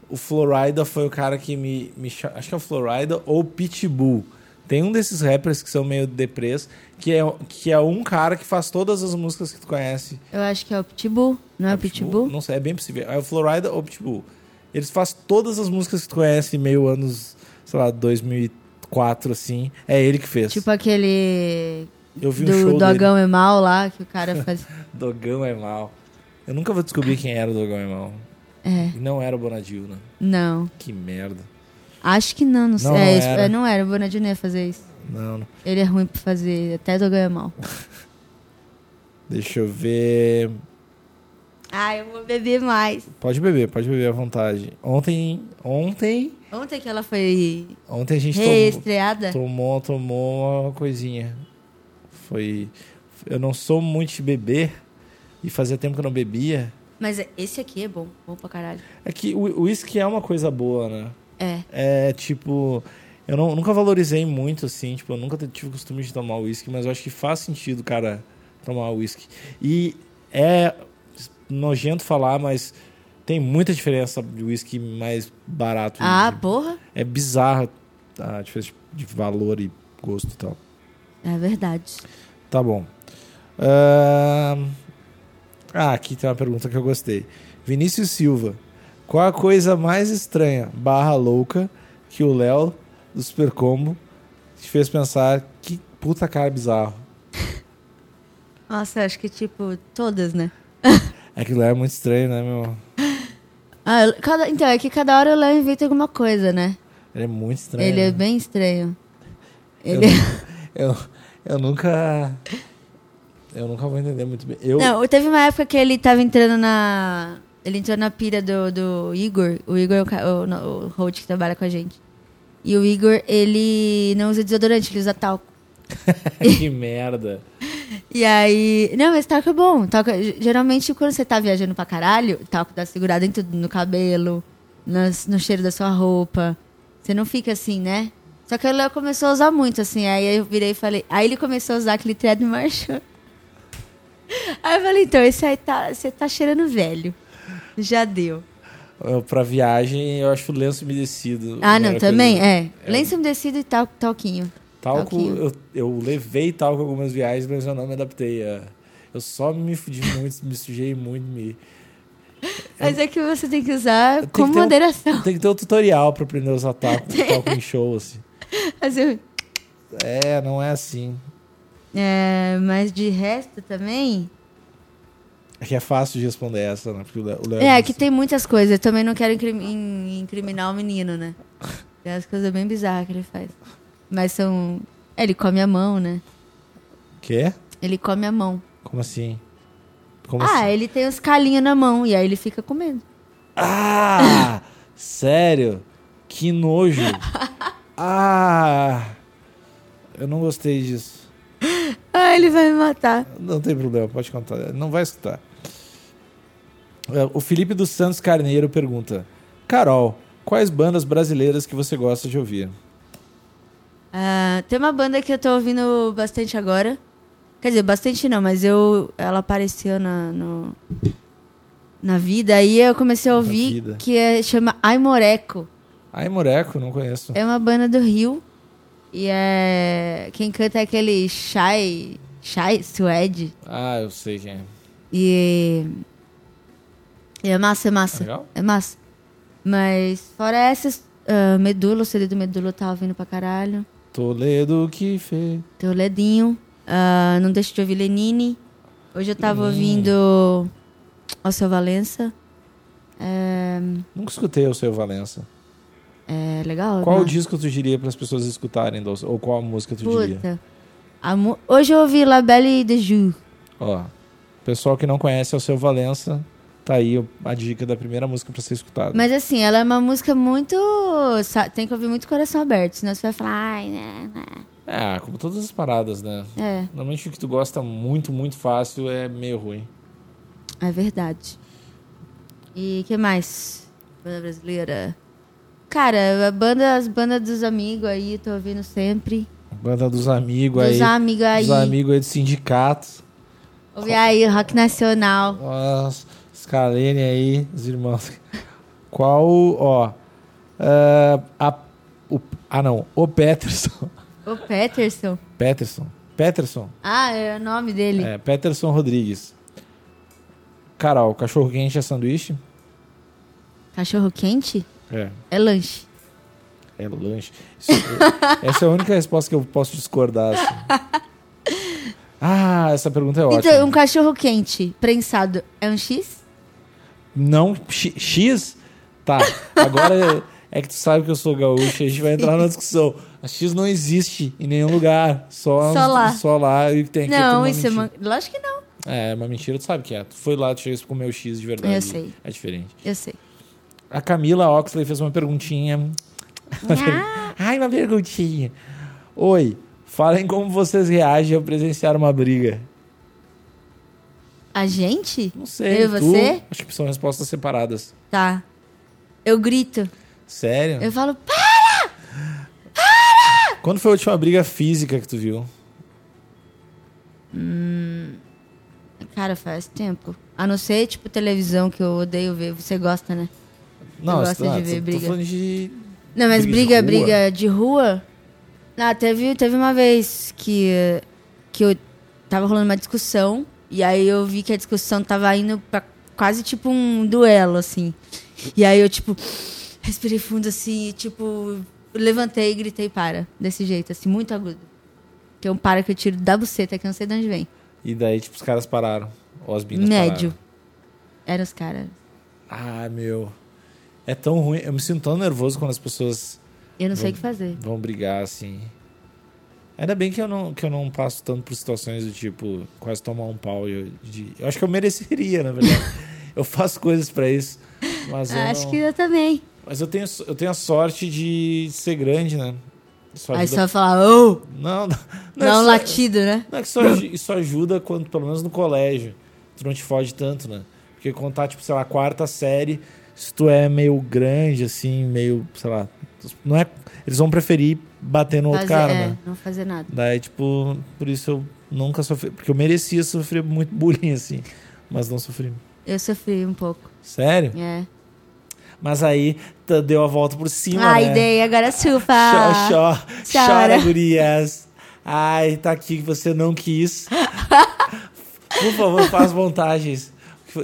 Speaker 1: O Florida foi o cara que me. me cha- Acho que é o Florida ou o Pitbull. Tem um desses rappers que são meio deprês, que é, que é um cara que faz todas as músicas que tu conhece.
Speaker 2: Eu acho que é o Pitbull. Não é,
Speaker 1: É
Speaker 2: o Pitbull?
Speaker 1: Não sei, é bem possível. É o Florida ou Pitbull. Eles fazem todas as músicas que tu conhece, meio anos, sei lá, 2004, assim. É ele que fez.
Speaker 2: Tipo aquele.
Speaker 1: Eu vi um
Speaker 2: do
Speaker 1: show
Speaker 2: Dogão é mal lá, que o cara faz.
Speaker 1: dele. Dogão é mal. Eu nunca vou descobrir quem era o Dogão é mal.
Speaker 2: é,
Speaker 1: E não era o Bonadil, né?
Speaker 2: não.
Speaker 1: Que merda.
Speaker 2: Acho que não, não sei.
Speaker 1: Não,
Speaker 2: é,
Speaker 1: não
Speaker 2: isso-
Speaker 1: era.
Speaker 2: é, não era, o Bonadinho não ia fazer isso.
Speaker 1: Não, não.
Speaker 2: Ele é ruim pra fazer, até Dogão é mal.
Speaker 1: Deixa eu ver.
Speaker 2: ah, eu vou beber mais.
Speaker 1: Pode beber, pode beber à vontade. Ontem. Ontem.
Speaker 2: Ontem que ela foi
Speaker 1: Ontem a gente tomou.
Speaker 2: reestreada.
Speaker 1: Tomou, tomou uma coisinha. Foi. Eu não sou muito de beber e fazia tempo que eu não bebia.
Speaker 2: Mas esse aqui é bom, bom pra caralho.
Speaker 1: É que o uísque é uma coisa boa, né?
Speaker 2: É.
Speaker 1: É tipo. Eu não- nunca valorizei muito, assim, tipo, eu nunca te- tive costume de tomar uísque, mas eu acho que faz sentido, cara, tomar uísque. E é nojento falar, mas tem muita diferença de uísque mais barato.
Speaker 2: Ah,
Speaker 1: De-
Speaker 2: porra.
Speaker 1: É bizarra a diferença de valor e gosto e tal.
Speaker 2: É verdade.
Speaker 1: Tá bom. Ahn, Ah, aqui tem uma pergunta que eu gostei. Vinícius Silva. Qual a coisa mais estranha, barra louca, que o Léo do Supercombo te fez pensar que puta cara bizarro?
Speaker 2: Nossa, acho que, tipo, todas, né?
Speaker 1: É que o Léo é muito estranho, né, meu?
Speaker 2: Ah, eu- cada- então, é que cada hora o Léo inventa alguma coisa, né?
Speaker 1: Ele é muito estranho.
Speaker 2: Ele é
Speaker 1: né?
Speaker 2: bem estranho. Ele... é-
Speaker 1: Eu, eu nunca. Eu nunca vou entender muito bem. Eu,
Speaker 2: Não, teve uma época que ele tava entrando na. Ele entrou na pira do, do Igor. O Igor é o, ca- o, o Holt que trabalha com a gente. E o Igor, ele não usa desodorante, ele usa talco.
Speaker 1: que merda.
Speaker 2: E aí. Não, mas talco é bom. Talco, é- geralmente, quando você tá viajando pra caralho, talco dá segurada em tudo, no cabelo, nas- no cheiro da sua roupa. Você não fica assim, né? Só que o Léo começou a usar muito, assim. Aí eu virei e falei. Aí ele começou a usar aquele thread marchand. Aí eu falei, então, esse aí tá. Você tá cheirando velho. Já deu.
Speaker 1: Eu, pra viagem, eu acho lenço umedecido.
Speaker 2: Ah,
Speaker 1: a
Speaker 2: não,
Speaker 1: melhor
Speaker 2: também?
Speaker 1: coisa.
Speaker 2: É. Lenço umedecido e tal, talquinho.
Speaker 1: Talco,
Speaker 2: Talquinho.
Speaker 1: eu, eu levei talco algumas viagens, mas eu não me adaptei. a- Eu só me fudi muito, me sujei muito. Me...
Speaker 2: Mas é que você tem que usar
Speaker 1: um Tem
Speaker 2: com
Speaker 1: que ter um-
Speaker 2: moderação.
Speaker 1: Tem que ter um tutorial pra aprender a usar talco, talco em show, assim.
Speaker 2: Fazer um-
Speaker 1: É, não é assim.
Speaker 2: É, mas de resto também.
Speaker 1: É que é fácil de responder essa, né? Porque o Léo- o Léo
Speaker 2: É, que tem muitas coisas. Eu também não quero incrimi- in- incriminar o menino, né? Tem umas coisas bem bizarras que ele faz. Mas são. É, ele come a mão, né?
Speaker 1: Quê?
Speaker 2: Ele come a mão.
Speaker 1: Como assim? Como
Speaker 2: ah,
Speaker 1: assim?
Speaker 2: ele tem uns calinhos na mão e aí ele fica comendo.
Speaker 1: Ah! sério? Que nojo! Ah! Eu não gostei disso.
Speaker 2: Ah, ele vai me matar.
Speaker 1: Não tem problema, pode contar. Não vai escutar. É, O Felipe dos Santos Carneiro pergunta: Carol, quais bandas brasileiras que você gosta de ouvir?
Speaker 2: Ah, tem uma banda que eu tô ouvindo bastante agora. Quer dizer, bastante não, mas eu. Ela apareceu na. no- na vida, aí eu comecei a
Speaker 1: Na
Speaker 2: ouvir
Speaker 1: vida.
Speaker 2: que é, chama Aimoreco.
Speaker 1: Ai, Moreco, não conheço.
Speaker 2: É uma banda do Rio. E é. Quem canta é aquele Shai. Shai Suede.
Speaker 1: Ah, eu sei quem é.
Speaker 2: E. e é massa, é massa.
Speaker 1: Legal.
Speaker 2: É massa. Mas, fora essas. ah, Medula, o CD do Medula eu tava ouvindo pra caralho.
Speaker 1: Toledo que fez.
Speaker 2: Teu Ledinho. ah, não deixo de ouvir Lenine. Hoje eu tava ouvindo. O seu Valença. É,
Speaker 1: Nunca escutei o seu Valença.
Speaker 2: é legal.
Speaker 1: Qual
Speaker 2: né?
Speaker 1: disco tu diria para as pessoas escutarem? do- Ou qual música tu diria?
Speaker 2: Puta. A mu- Hoje eu ouvi La Belle de Joux.
Speaker 1: Ó, pessoal que não conhece é o seu Valença, tá aí a dica da primeira música pra ser escutada.
Speaker 2: Mas assim, ela é uma música muito. sa- Tem que ouvir muito coração aberto, senão você vai falar, ai, né? né."
Speaker 1: É, como todas as paradas, né?
Speaker 2: É,
Speaker 1: Normalmente o que tu gosta muito, muito fácil é meio ruim.
Speaker 2: é verdade. E que mais? Banda brasileira. Cara, a banda, as bandas dos amigos aí, tô ouvindo sempre.
Speaker 1: Banda dos amigos aí.
Speaker 2: dos amigos aí.
Speaker 1: Dos amigos aí do sindicato.
Speaker 2: Ouvi aí, rock nacional.
Speaker 1: Nossa, Scalene aí, os irmãos. Qual, ó. ah, a- o- ah, não. O Peterson.
Speaker 2: O Peterson.
Speaker 1: Peterson. Peterson.
Speaker 2: Ah, é o nome dele.
Speaker 1: É, Peterson Rodrigues. Carol, cachorro quente é sanduíche?
Speaker 2: Cachorro quente?
Speaker 1: É.
Speaker 2: É lanche.
Speaker 1: É lanche. Isso- eu- essa é a única resposta que eu posso discordar. assim. Ah, essa pergunta é ótima.
Speaker 2: Então, um cachorro quente prensado é um X?
Speaker 1: Não, X, X? Tá, agora é, é que tu sabe que eu sou gaúcho, a gente vai entrar na discussão. A X não existe em nenhum lugar, só,
Speaker 2: Só lá.
Speaker 1: Só lá e tem um aqui
Speaker 2: não,
Speaker 1: uma
Speaker 2: isso é
Speaker 1: mentira.
Speaker 2: uma... Lógico que não.
Speaker 1: É, é uma mentira, tu sabe que é. Tu foi lá, tu chegou e comeu X de verdade.
Speaker 2: Eu sei.
Speaker 1: É diferente.
Speaker 2: Eu sei.
Speaker 1: A Camila Oxley fez uma perguntinha. Tá Ai, uma perguntinha. Oi, falem como vocês reagem ao presenciar uma briga.
Speaker 2: Ah, A gente?
Speaker 1: Não sei.
Speaker 2: Eu e
Speaker 1: tu?
Speaker 2: você?
Speaker 1: Acho que são respostas separadas.
Speaker 2: Tá. Eu grito.
Speaker 1: Sério?
Speaker 2: Eu falo, pá!
Speaker 1: Quando foi a última briga física que tu viu?
Speaker 2: Cara, faz tempo. A não ser, tipo, televisão que eu odeio ver. Você gosta, né?
Speaker 1: Não,
Speaker 2: Eu gosto
Speaker 1: tá,
Speaker 2: de
Speaker 1: tô-
Speaker 2: ver
Speaker 1: tô
Speaker 2: briga.
Speaker 1: falando de.
Speaker 2: Não, mas
Speaker 1: Briga
Speaker 2: briga,
Speaker 1: de
Speaker 2: briga de rua. Ah, teve, teve uma vez que, eh, que eu tava rolando uma discussão. E aí eu vi que a discussão tava indo pra quase tipo um duelo, assim. E aí eu, tipo, respirei fundo, assim, e, tipo, levantei e gritei para. Desse jeito, assim, muito agudo. Que é um para que eu tiro da buceta, que eu não sei de onde vem.
Speaker 1: E daí, tipo, os caras pararam. Ou as minas
Speaker 2: Médio.
Speaker 1: pararam.
Speaker 2: Eram os caras.
Speaker 1: Ah, meu. É tão ruim. Eu me sinto tão nervoso quando as pessoas
Speaker 2: Eu não sei o que fazer.
Speaker 1: vão brigar, assim. Ainda bem que eu não, que eu não passo tanto por situações do tipo, quase tomar um pau. e Eu, de- eu acho que eu mereceria, na verdade. eu faço coisas pra isso. Mas eu
Speaker 2: Ah, Acho
Speaker 1: não-
Speaker 2: que eu também.
Speaker 1: Mas eu tenho, eu tenho a sorte de ser grande, né? Isso
Speaker 2: Aí
Speaker 1: ajuda-
Speaker 2: só falar, oh!
Speaker 1: Não, não, não, é
Speaker 2: Dá um
Speaker 1: só-
Speaker 2: latido, né?
Speaker 1: Não é que só, aju- isso ajuda quando, pelo menos no colégio, tu não te fode tanto, né? Porque quando tá, tipo, sei lá, quarta série, se tu é meio grande, assim, meio, sei lá, não é, eles vão preferir bater no outro
Speaker 2: Fazer-
Speaker 1: cara,
Speaker 2: é,
Speaker 1: né?
Speaker 2: não fazer nada.
Speaker 1: Daí, tipo, por isso eu nunca sofri, porque eu merecia sofrer muito bullying, assim, mas não sofri.
Speaker 2: Eu sofri um pouco.
Speaker 1: Sério?
Speaker 2: É.
Speaker 1: Mas aí tá, deu a volta por cima,
Speaker 2: Ai,
Speaker 1: né?
Speaker 2: dei, Ah, agora chupa.
Speaker 1: Chó, chó,
Speaker 2: Ah, chora.
Speaker 1: chora, gurias. Ai, tá aqui que você não quis. Por favor, faz montagens.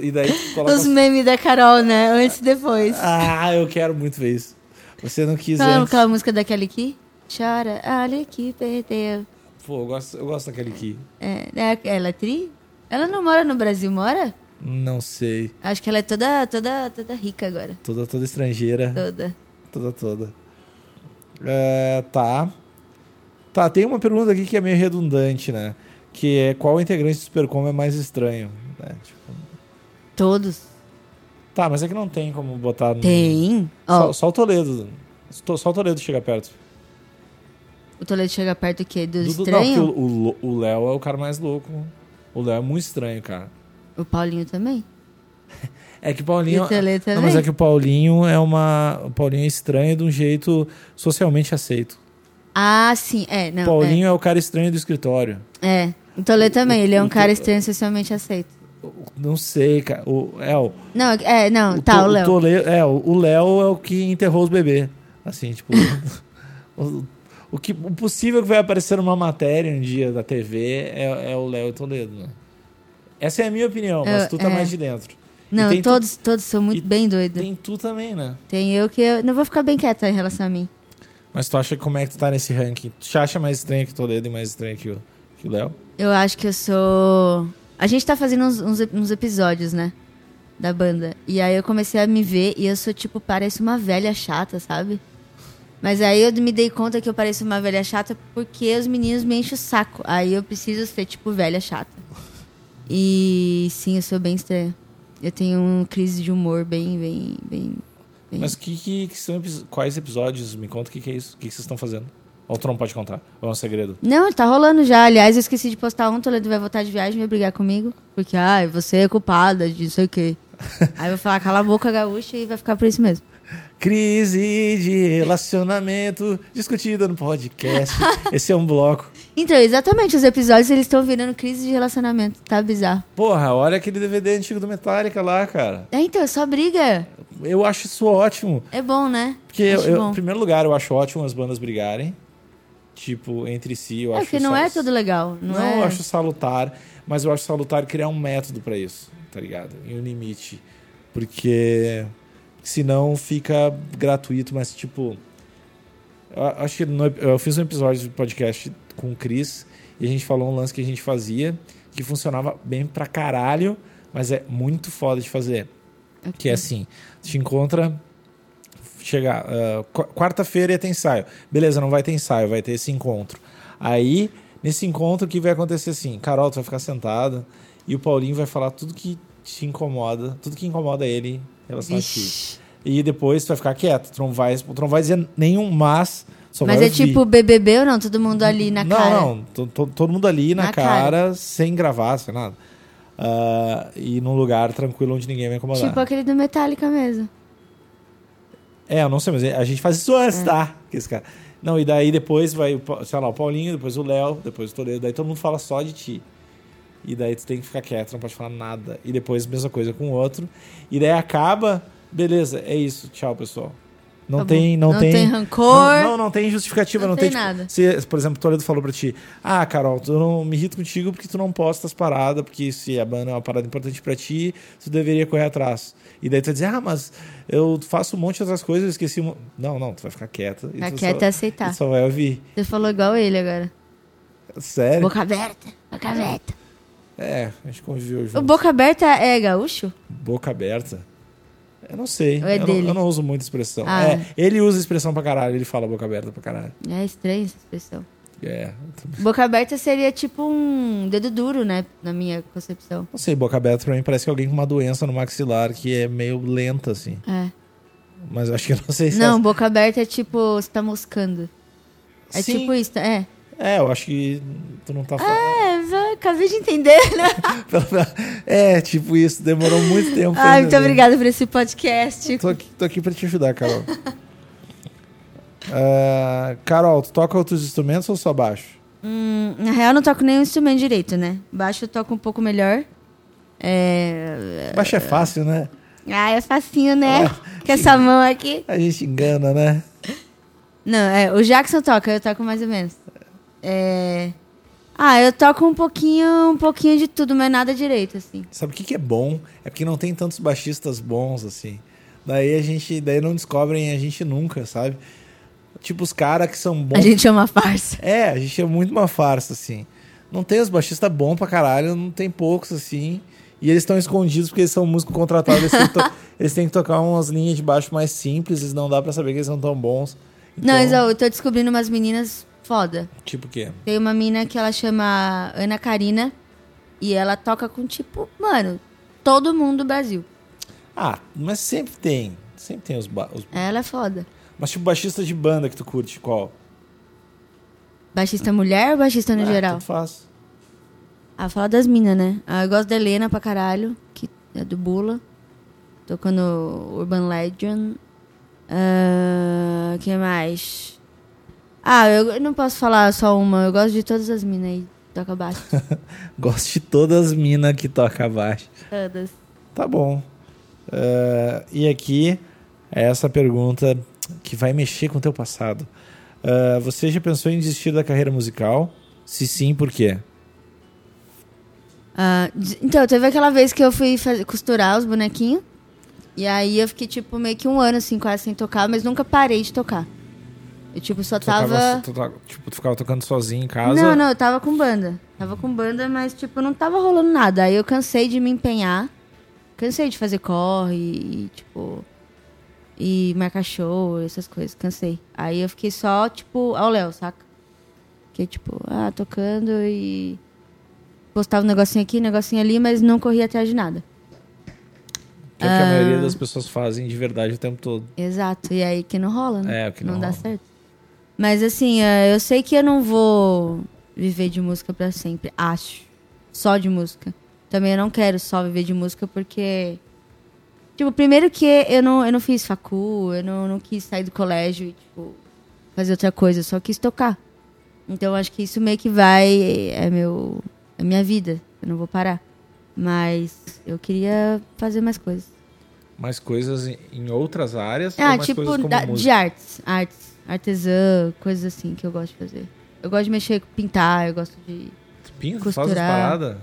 Speaker 1: E daí tu coloca...
Speaker 2: Os
Speaker 1: as-
Speaker 2: memes da Carol, né? Antes e depois.
Speaker 1: Ah, eu quero muito ver isso. Você não quis né?
Speaker 2: Qual,
Speaker 1: antes.
Speaker 2: qual a música daquele aqui? Chora, olha que perdeu.
Speaker 1: Pô, eu gosto, eu gosto daquele aqui.
Speaker 2: É, né, ela é tri? Ela não mora no Brasil, mora?
Speaker 1: Não sei.
Speaker 2: Acho que ela é toda, toda, toda rica agora.
Speaker 1: Toda, toda estrangeira.
Speaker 2: Toda.
Speaker 1: Toda, toda. É, tá. Tá, tem uma pergunta aqui que é meio redundante, né? Que é qual integrante do Supercom é mais estranho? né? Tipo,
Speaker 2: Todos?
Speaker 1: tá, mas é que não tem como botar... no-
Speaker 2: Tem. Ó,
Speaker 1: Só, só o Toledo. Só, só o Toledo chega perto.
Speaker 2: o Toledo chega perto o quê? Do,
Speaker 1: Do- do-
Speaker 2: estranho?
Speaker 1: não, porque o- o Lo- o Léo é o cara mais louco. O Léo é muito estranho, cara.
Speaker 2: O Paulinho também.
Speaker 1: É que o
Speaker 2: E
Speaker 1: Paulinho.
Speaker 2: o Tele
Speaker 1: Não,
Speaker 2: também.
Speaker 1: mas é que o Paulinho é uma. O Paulinho é estranho de um jeito socialmente aceito.
Speaker 2: Ah, sim. É, não.
Speaker 1: O
Speaker 2: é.
Speaker 1: Paulinho é. o cara estranho do escritório.
Speaker 2: É. O Toledo também. Ele é um cara estranho socialmente aceito.
Speaker 1: Não sei, cara. O, é, o,
Speaker 2: Não, é, não.
Speaker 1: o
Speaker 2: tá,
Speaker 1: To-
Speaker 2: o
Speaker 1: o
Speaker 2: Léo.
Speaker 1: Tole- é, o- o Léo é o que enterrou os bebês. Assim, tipo. o, o que, o possível que vai aparecer numa matéria um dia da TV é, é o Léo e o Toledo, né? Essa é a minha opinião, mas
Speaker 2: Eu-
Speaker 1: tu tá
Speaker 2: é.
Speaker 1: mais de dentro. E
Speaker 2: Não,
Speaker 1: tem tu-
Speaker 2: todos, todos são muito
Speaker 1: e
Speaker 2: bem doidos.
Speaker 1: Tem
Speaker 2: Tem...
Speaker 1: tu também, né?
Speaker 2: eu que... Eu não vou ficar bem quieta em relação a mim.
Speaker 1: Mas tu acha como é que tu tá nesse ranking? Tu te acha mais estranho que o Toledo e mais estranho que o que o Léo?
Speaker 2: Eu acho que eu sou... A gente tá fazendo uns, uns, uns episódios, né? Da banda. E aí eu comecei a me ver e eu sou, tipo, pareço uma velha chata, sabe? Mas aí eu me dei conta que eu pareço uma velha chata porque os meninos me enchem o saco. Aí eu preciso ser, tipo, velha chata. E sim, eu sou bem estranha. Eu tenho uma crise de humor bem, bem, bem... bem-
Speaker 1: Mas que, que, que são epi- quais episódios? Me conta o que, que é isso? O que, que vocês estão fazendo? Ou tu não pode contar? Ou é um segredo?
Speaker 2: Não, tá rolando já. Aliás, eu esqueci de postar um, Toledo vai voltar de viagem e vai brigar comigo. Porque, ai, você é culpada de não sei o quê. Aí eu vou falar, cala a boca, gaúcha, e vai ficar por isso mesmo.
Speaker 1: Crise de relacionamento discutida no podcast. Esse é um bloco.
Speaker 2: Então, exatamente, os episódios eles estão virando crise de relacionamento. Tá bizarro.
Speaker 1: Porra, olha aquele DVD antigo do Metallica lá, cara.
Speaker 2: É, então, só briga.
Speaker 1: Eu acho isso ótimo.
Speaker 2: É bom, né?
Speaker 1: Porque, eu,
Speaker 2: Acho
Speaker 1: eu-
Speaker 2: bom.
Speaker 1: em primeiro lugar, eu acho ótimo as bandas brigarem. Tipo, entre si. Eu
Speaker 2: É,
Speaker 1: acho
Speaker 2: porque não é
Speaker 1: sal-
Speaker 2: tudo legal. Não,
Speaker 1: Não,
Speaker 2: é...
Speaker 1: eu acho salutar, mas eu acho salutar criar um método pra isso, tá ligado? E um limite. Porque senão fica gratuito, mas tipo. eu Acho que no- eu fiz um episódio de podcast com o Cris e a gente falou um lance que a gente fazia que funcionava bem pra caralho, mas é muito foda de fazer. Que é assim: te encontra, chega. ah, qu- Quarta-feira ia ter ensaio. Beleza, não vai ter ensaio, vai ter esse encontro. Aí, nesse encontro, o que vai acontecer assim? Carol, tu vai ficar sentada e o Paulinho vai falar tudo que te incomoda, tudo que incomoda ele em relação a ti.
Speaker 2: Vixe.
Speaker 1: E depois tu vai ficar quieto. Tu não vai, tu não vai dizer nenhum mas. Só
Speaker 2: Mas
Speaker 1: vai
Speaker 2: é
Speaker 1: ouvir.
Speaker 2: tipo BBB ou não? Todo mundo ali na
Speaker 1: não,
Speaker 2: cara.
Speaker 1: Não, to- to- todo mundo ali na,
Speaker 2: Na
Speaker 1: cara,
Speaker 2: cara.
Speaker 1: sem gravar, sem nada. Ah, e num lugar tranquilo onde ninguém vai incomodar.
Speaker 2: Tipo aquele do Metallica mesmo.
Speaker 1: É, eu não sei, mas a gente faz isso antes, tá? Que esse cara. Não, e daí depois vai, o Pa- sei lá, o Paulinho, depois o Léo, depois o Toledo, daí todo mundo fala só de ti. E daí tu tem que ficar quieto, não pode falar nada. E depois mesma coisa com o outro. E daí acaba, beleza, é isso, tchau, pessoal. Não
Speaker 2: Acabou.
Speaker 1: tem, não,
Speaker 2: Tá Não
Speaker 1: tem,
Speaker 2: tem rancor.
Speaker 1: Não, não, não tem justificativa, não,
Speaker 2: Não
Speaker 1: tem,
Speaker 2: tem
Speaker 1: tipo,
Speaker 2: nada.
Speaker 1: se, por exemplo, o Toledo falou pra ti: Ah, Carol, eu não me irrito contigo porque tu não posta as paradas, porque se a banda é uma parada importante pra ti, tu deveria correr atrás. E daí tu vai dizer: Ah, mas eu faço um monte de outras coisas, eu esqueci. um-" Não, não, tu vai ficar quieta. e
Speaker 2: Tá
Speaker 1: tu
Speaker 2: quieto
Speaker 1: só,
Speaker 2: é aceitar.
Speaker 1: e tu só É. vai ouvir.
Speaker 2: Você falou igual ele agora.
Speaker 1: Sério?
Speaker 2: Boca aberta, boca aberta.
Speaker 1: É, a gente conviveu
Speaker 2: O
Speaker 1: junto.
Speaker 2: Boca Aberta é gaúcho?
Speaker 1: Boca aberta. Eu não sei.
Speaker 2: Ou é
Speaker 1: eu,
Speaker 2: dele?
Speaker 1: Não, eu não uso muita expressão.
Speaker 2: Ah.
Speaker 1: É, ele usa expressão pra caralho, ele fala boca aberta pra caralho.
Speaker 2: É estranha essa expressão.
Speaker 1: É.
Speaker 2: Boca aberta seria tipo um dedo duro, né? Na minha concepção.
Speaker 1: Não sei, boca aberta pra mim parece que é alguém com uma doença no maxilar que é meio lenta, assim.
Speaker 2: É.
Speaker 1: Mas acho que eu não sei se
Speaker 2: Não, boca aberta é tipo, você tá moscando.
Speaker 1: é
Speaker 2: É tipo isso, é.
Speaker 1: É, eu acho que tu não tá falando.
Speaker 2: É, vai, acabei de entender, né?
Speaker 1: É, tipo isso, demorou muito tempo. pra
Speaker 2: Ai, muito
Speaker 1: entender.
Speaker 2: obrigada por esse podcast.
Speaker 1: Tô aqui, tô aqui pra te ajudar, Carol. Ah, Carol, tu toca outros instrumentos ou só baixo?
Speaker 2: Hum, na real, eu não toco nenhum instrumento direito, né? Baixo eu toco um pouco melhor. É...
Speaker 1: Baixo é fácil, né?
Speaker 2: Ah, é facinho, né?
Speaker 1: Ah,
Speaker 2: Com essa mão aqui.
Speaker 1: A gente engana, né?
Speaker 2: Não, é, o Jackson toca, eu toco mais ou menos. É... Ah, eu toco um pouquinho, um pouquinho de tudo, mas nada direito, assim.
Speaker 1: Sabe o que, que é bom? É porque não tem tantos baixistas bons, assim. Daí a gente. Daí não descobrem a gente nunca, sabe? Tipo, os caras que são
Speaker 2: A
Speaker 1: bons.
Speaker 2: gente é uma farsa.
Speaker 1: É, a gente é muito uma farsa, assim. Não tem os baixistas bons pra caralho, não tem poucos, assim. E eles estão escondidos porque eles são músicos contratados. Eles têm, que to- eles têm que tocar umas linhas de baixo mais simples, eles não dá pra saber que eles são tão bons. Então,
Speaker 2: Não, mas ó, eu tô descobrindo umas meninas foda.
Speaker 1: Tipo o quê?
Speaker 2: Tem uma mina que ela chama Ana Karina e ela toca com, tipo, mano, todo mundo do Brasil.
Speaker 1: Ah, mas sempre tem. Sempre tem os, ba- os-
Speaker 2: Ela é foda.
Speaker 1: Mas tipo baixista de banda que tu curte, qual?
Speaker 2: Baixista mulher ou baixista no
Speaker 1: Ah,
Speaker 2: geral?
Speaker 1: tanto faz.
Speaker 2: Ah, fala das minas, né? Ah, eu gosto da Helena pra caralho, que é do Bula. Tocando Urban Legend. O que mais? Ah, eu eu não posso falar só uma. Eu gosto de todas as minas aí. Toca baixo.
Speaker 1: Gosto de todas as minas que tocam baixo.
Speaker 2: todas.
Speaker 1: Tá bom. Ah, e aqui é essa pergunta que vai mexer com o teu passado. Ah, você já pensou em desistir da carreira musical? Se sim, por quê?
Speaker 2: Ah, d- então, teve aquela vez que eu fui faz- costurar os bonequinhos. E aí eu fiquei, tipo, meio que um ano, assim, quase sem tocar. Mas nunca parei de tocar. Eu, tipo, só tava...
Speaker 1: Tu tava- tipo, tu ficava tocando sozinho em casa?
Speaker 2: Não, não, eu tava com banda. Tava com banda, mas, tipo, não tava rolando nada. Aí eu cansei de me empenhar. Cansei de fazer corre e, tipo. E marcar show, essas coisas. Cansei. Aí eu fiquei só, tipo, ao Léo, saca? Fiquei, tipo, ah, tocando e. Postava um negocinho aqui, um negocinho ali, mas não corria atrás de nada.
Speaker 1: Que é o que a
Speaker 2: Ah.
Speaker 1: maioria das pessoas fazem de verdade o tempo todo.
Speaker 2: Exato. E aí que não rola, né?
Speaker 1: É, o que
Speaker 2: não
Speaker 1: não
Speaker 2: dá
Speaker 1: rola.
Speaker 2: certo. Mas assim, eh, eu sei que eu não vou viver de música pra sempre, acho. Só de música. Também eu não quero só viver de música porque tipo, primeiro que eu não eu não fiz facu, eu não, não quis sair do colégio e tipo fazer outra coisa, eu só quis tocar. Então eu acho que isso meio que vai é meu é minha vida. Eu não vou parar. Mas eu queria fazer mais coisas.
Speaker 1: Mais coisas em- em outras áreas? ou
Speaker 2: Ah,
Speaker 1: mais
Speaker 2: tipo
Speaker 1: coisas como
Speaker 2: da- de
Speaker 1: música?
Speaker 2: artes, artes, artesã, coisas assim que eu gosto de fazer. Eu gosto de mexer, com pintar, eu gosto de
Speaker 1: Tu Pinta, faz as
Speaker 2: costurar.
Speaker 1: paradas?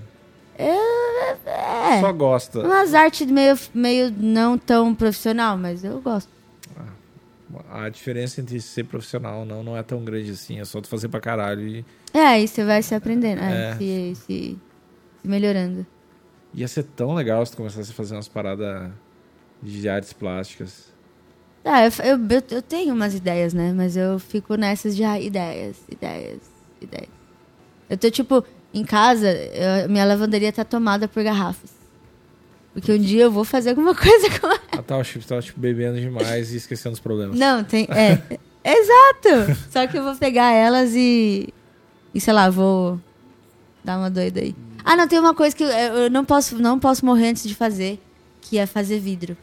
Speaker 2: é,
Speaker 1: Só gosta.
Speaker 2: umas artes meio meio não tão profissional, mas eu gosto.
Speaker 1: A diferença entre ser profissional ou não não é tão grande assim. É só tu fazer pra caralho e
Speaker 2: É, aí você vai se aprendendo, é,
Speaker 1: É.
Speaker 2: se, se- se melhorando.
Speaker 1: Ia ser tão legal se tu começasse a fazer umas paradas de artes plásticas.
Speaker 2: Ah, eu, fa- eu, eu, eu tenho umas ideias, né? Mas eu fico nessas de ah, ideias, ideias, ideias. Eu tô, tipo, em casa, eu- minha lavanderia tá tomada por garrafas. Porque um dia eu vou fazer alguma coisa com
Speaker 1: Ah, tá, acho que tu tava tipo, bebendo demais e esquecendo os problemas.
Speaker 2: Não, tem. É. Exato! Só que eu vou pegar elas e. E sei lá, vou dar uma doida aí. Ah, não, tem uma coisa que eu, eu não, posso, não posso morrer antes de fazer, que é fazer vidro.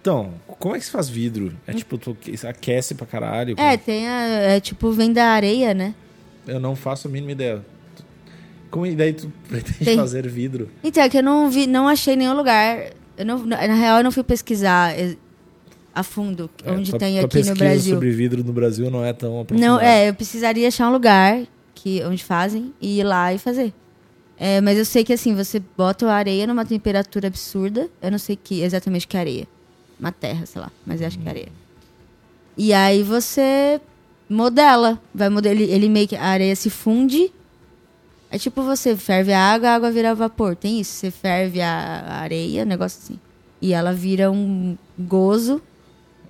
Speaker 1: Então, como é que se faz vidro? É tipo, tu aquece pra caralho.
Speaker 2: É, tem a. É, tipo, vem da areia, né?
Speaker 1: Eu não faço a mínima ideia. Tu- Como é- daí tu pretende
Speaker 2: Tem.
Speaker 1: fazer vidro?
Speaker 2: Então, é que eu não vi, não achei nenhum lugar. Eu não, na real, eu não fui pesquisar eh, a fundo onde
Speaker 1: tua-
Speaker 2: tem
Speaker 1: tua
Speaker 2: aqui no
Speaker 1: É, pesquisa
Speaker 2: Brasil.
Speaker 1: sobre vidro no Brasil não é tão aprofundada.
Speaker 2: Não, é, eu precisaria achar um lugar que, onde fazem e ir lá e fazer. É, mas eu sei que assim, você bota a areia numa temperatura absurda. Eu não sei que exatamente que areia. Uma terra, sei lá, mas eu acho que é areia. E aí você modela. Vai model... ele, ele meio que. A areia se funde. É tipo você ferve a água, a água vira vapor. Tem isso. Você ferve a a areia, um negócio assim. E ela vira um gozo.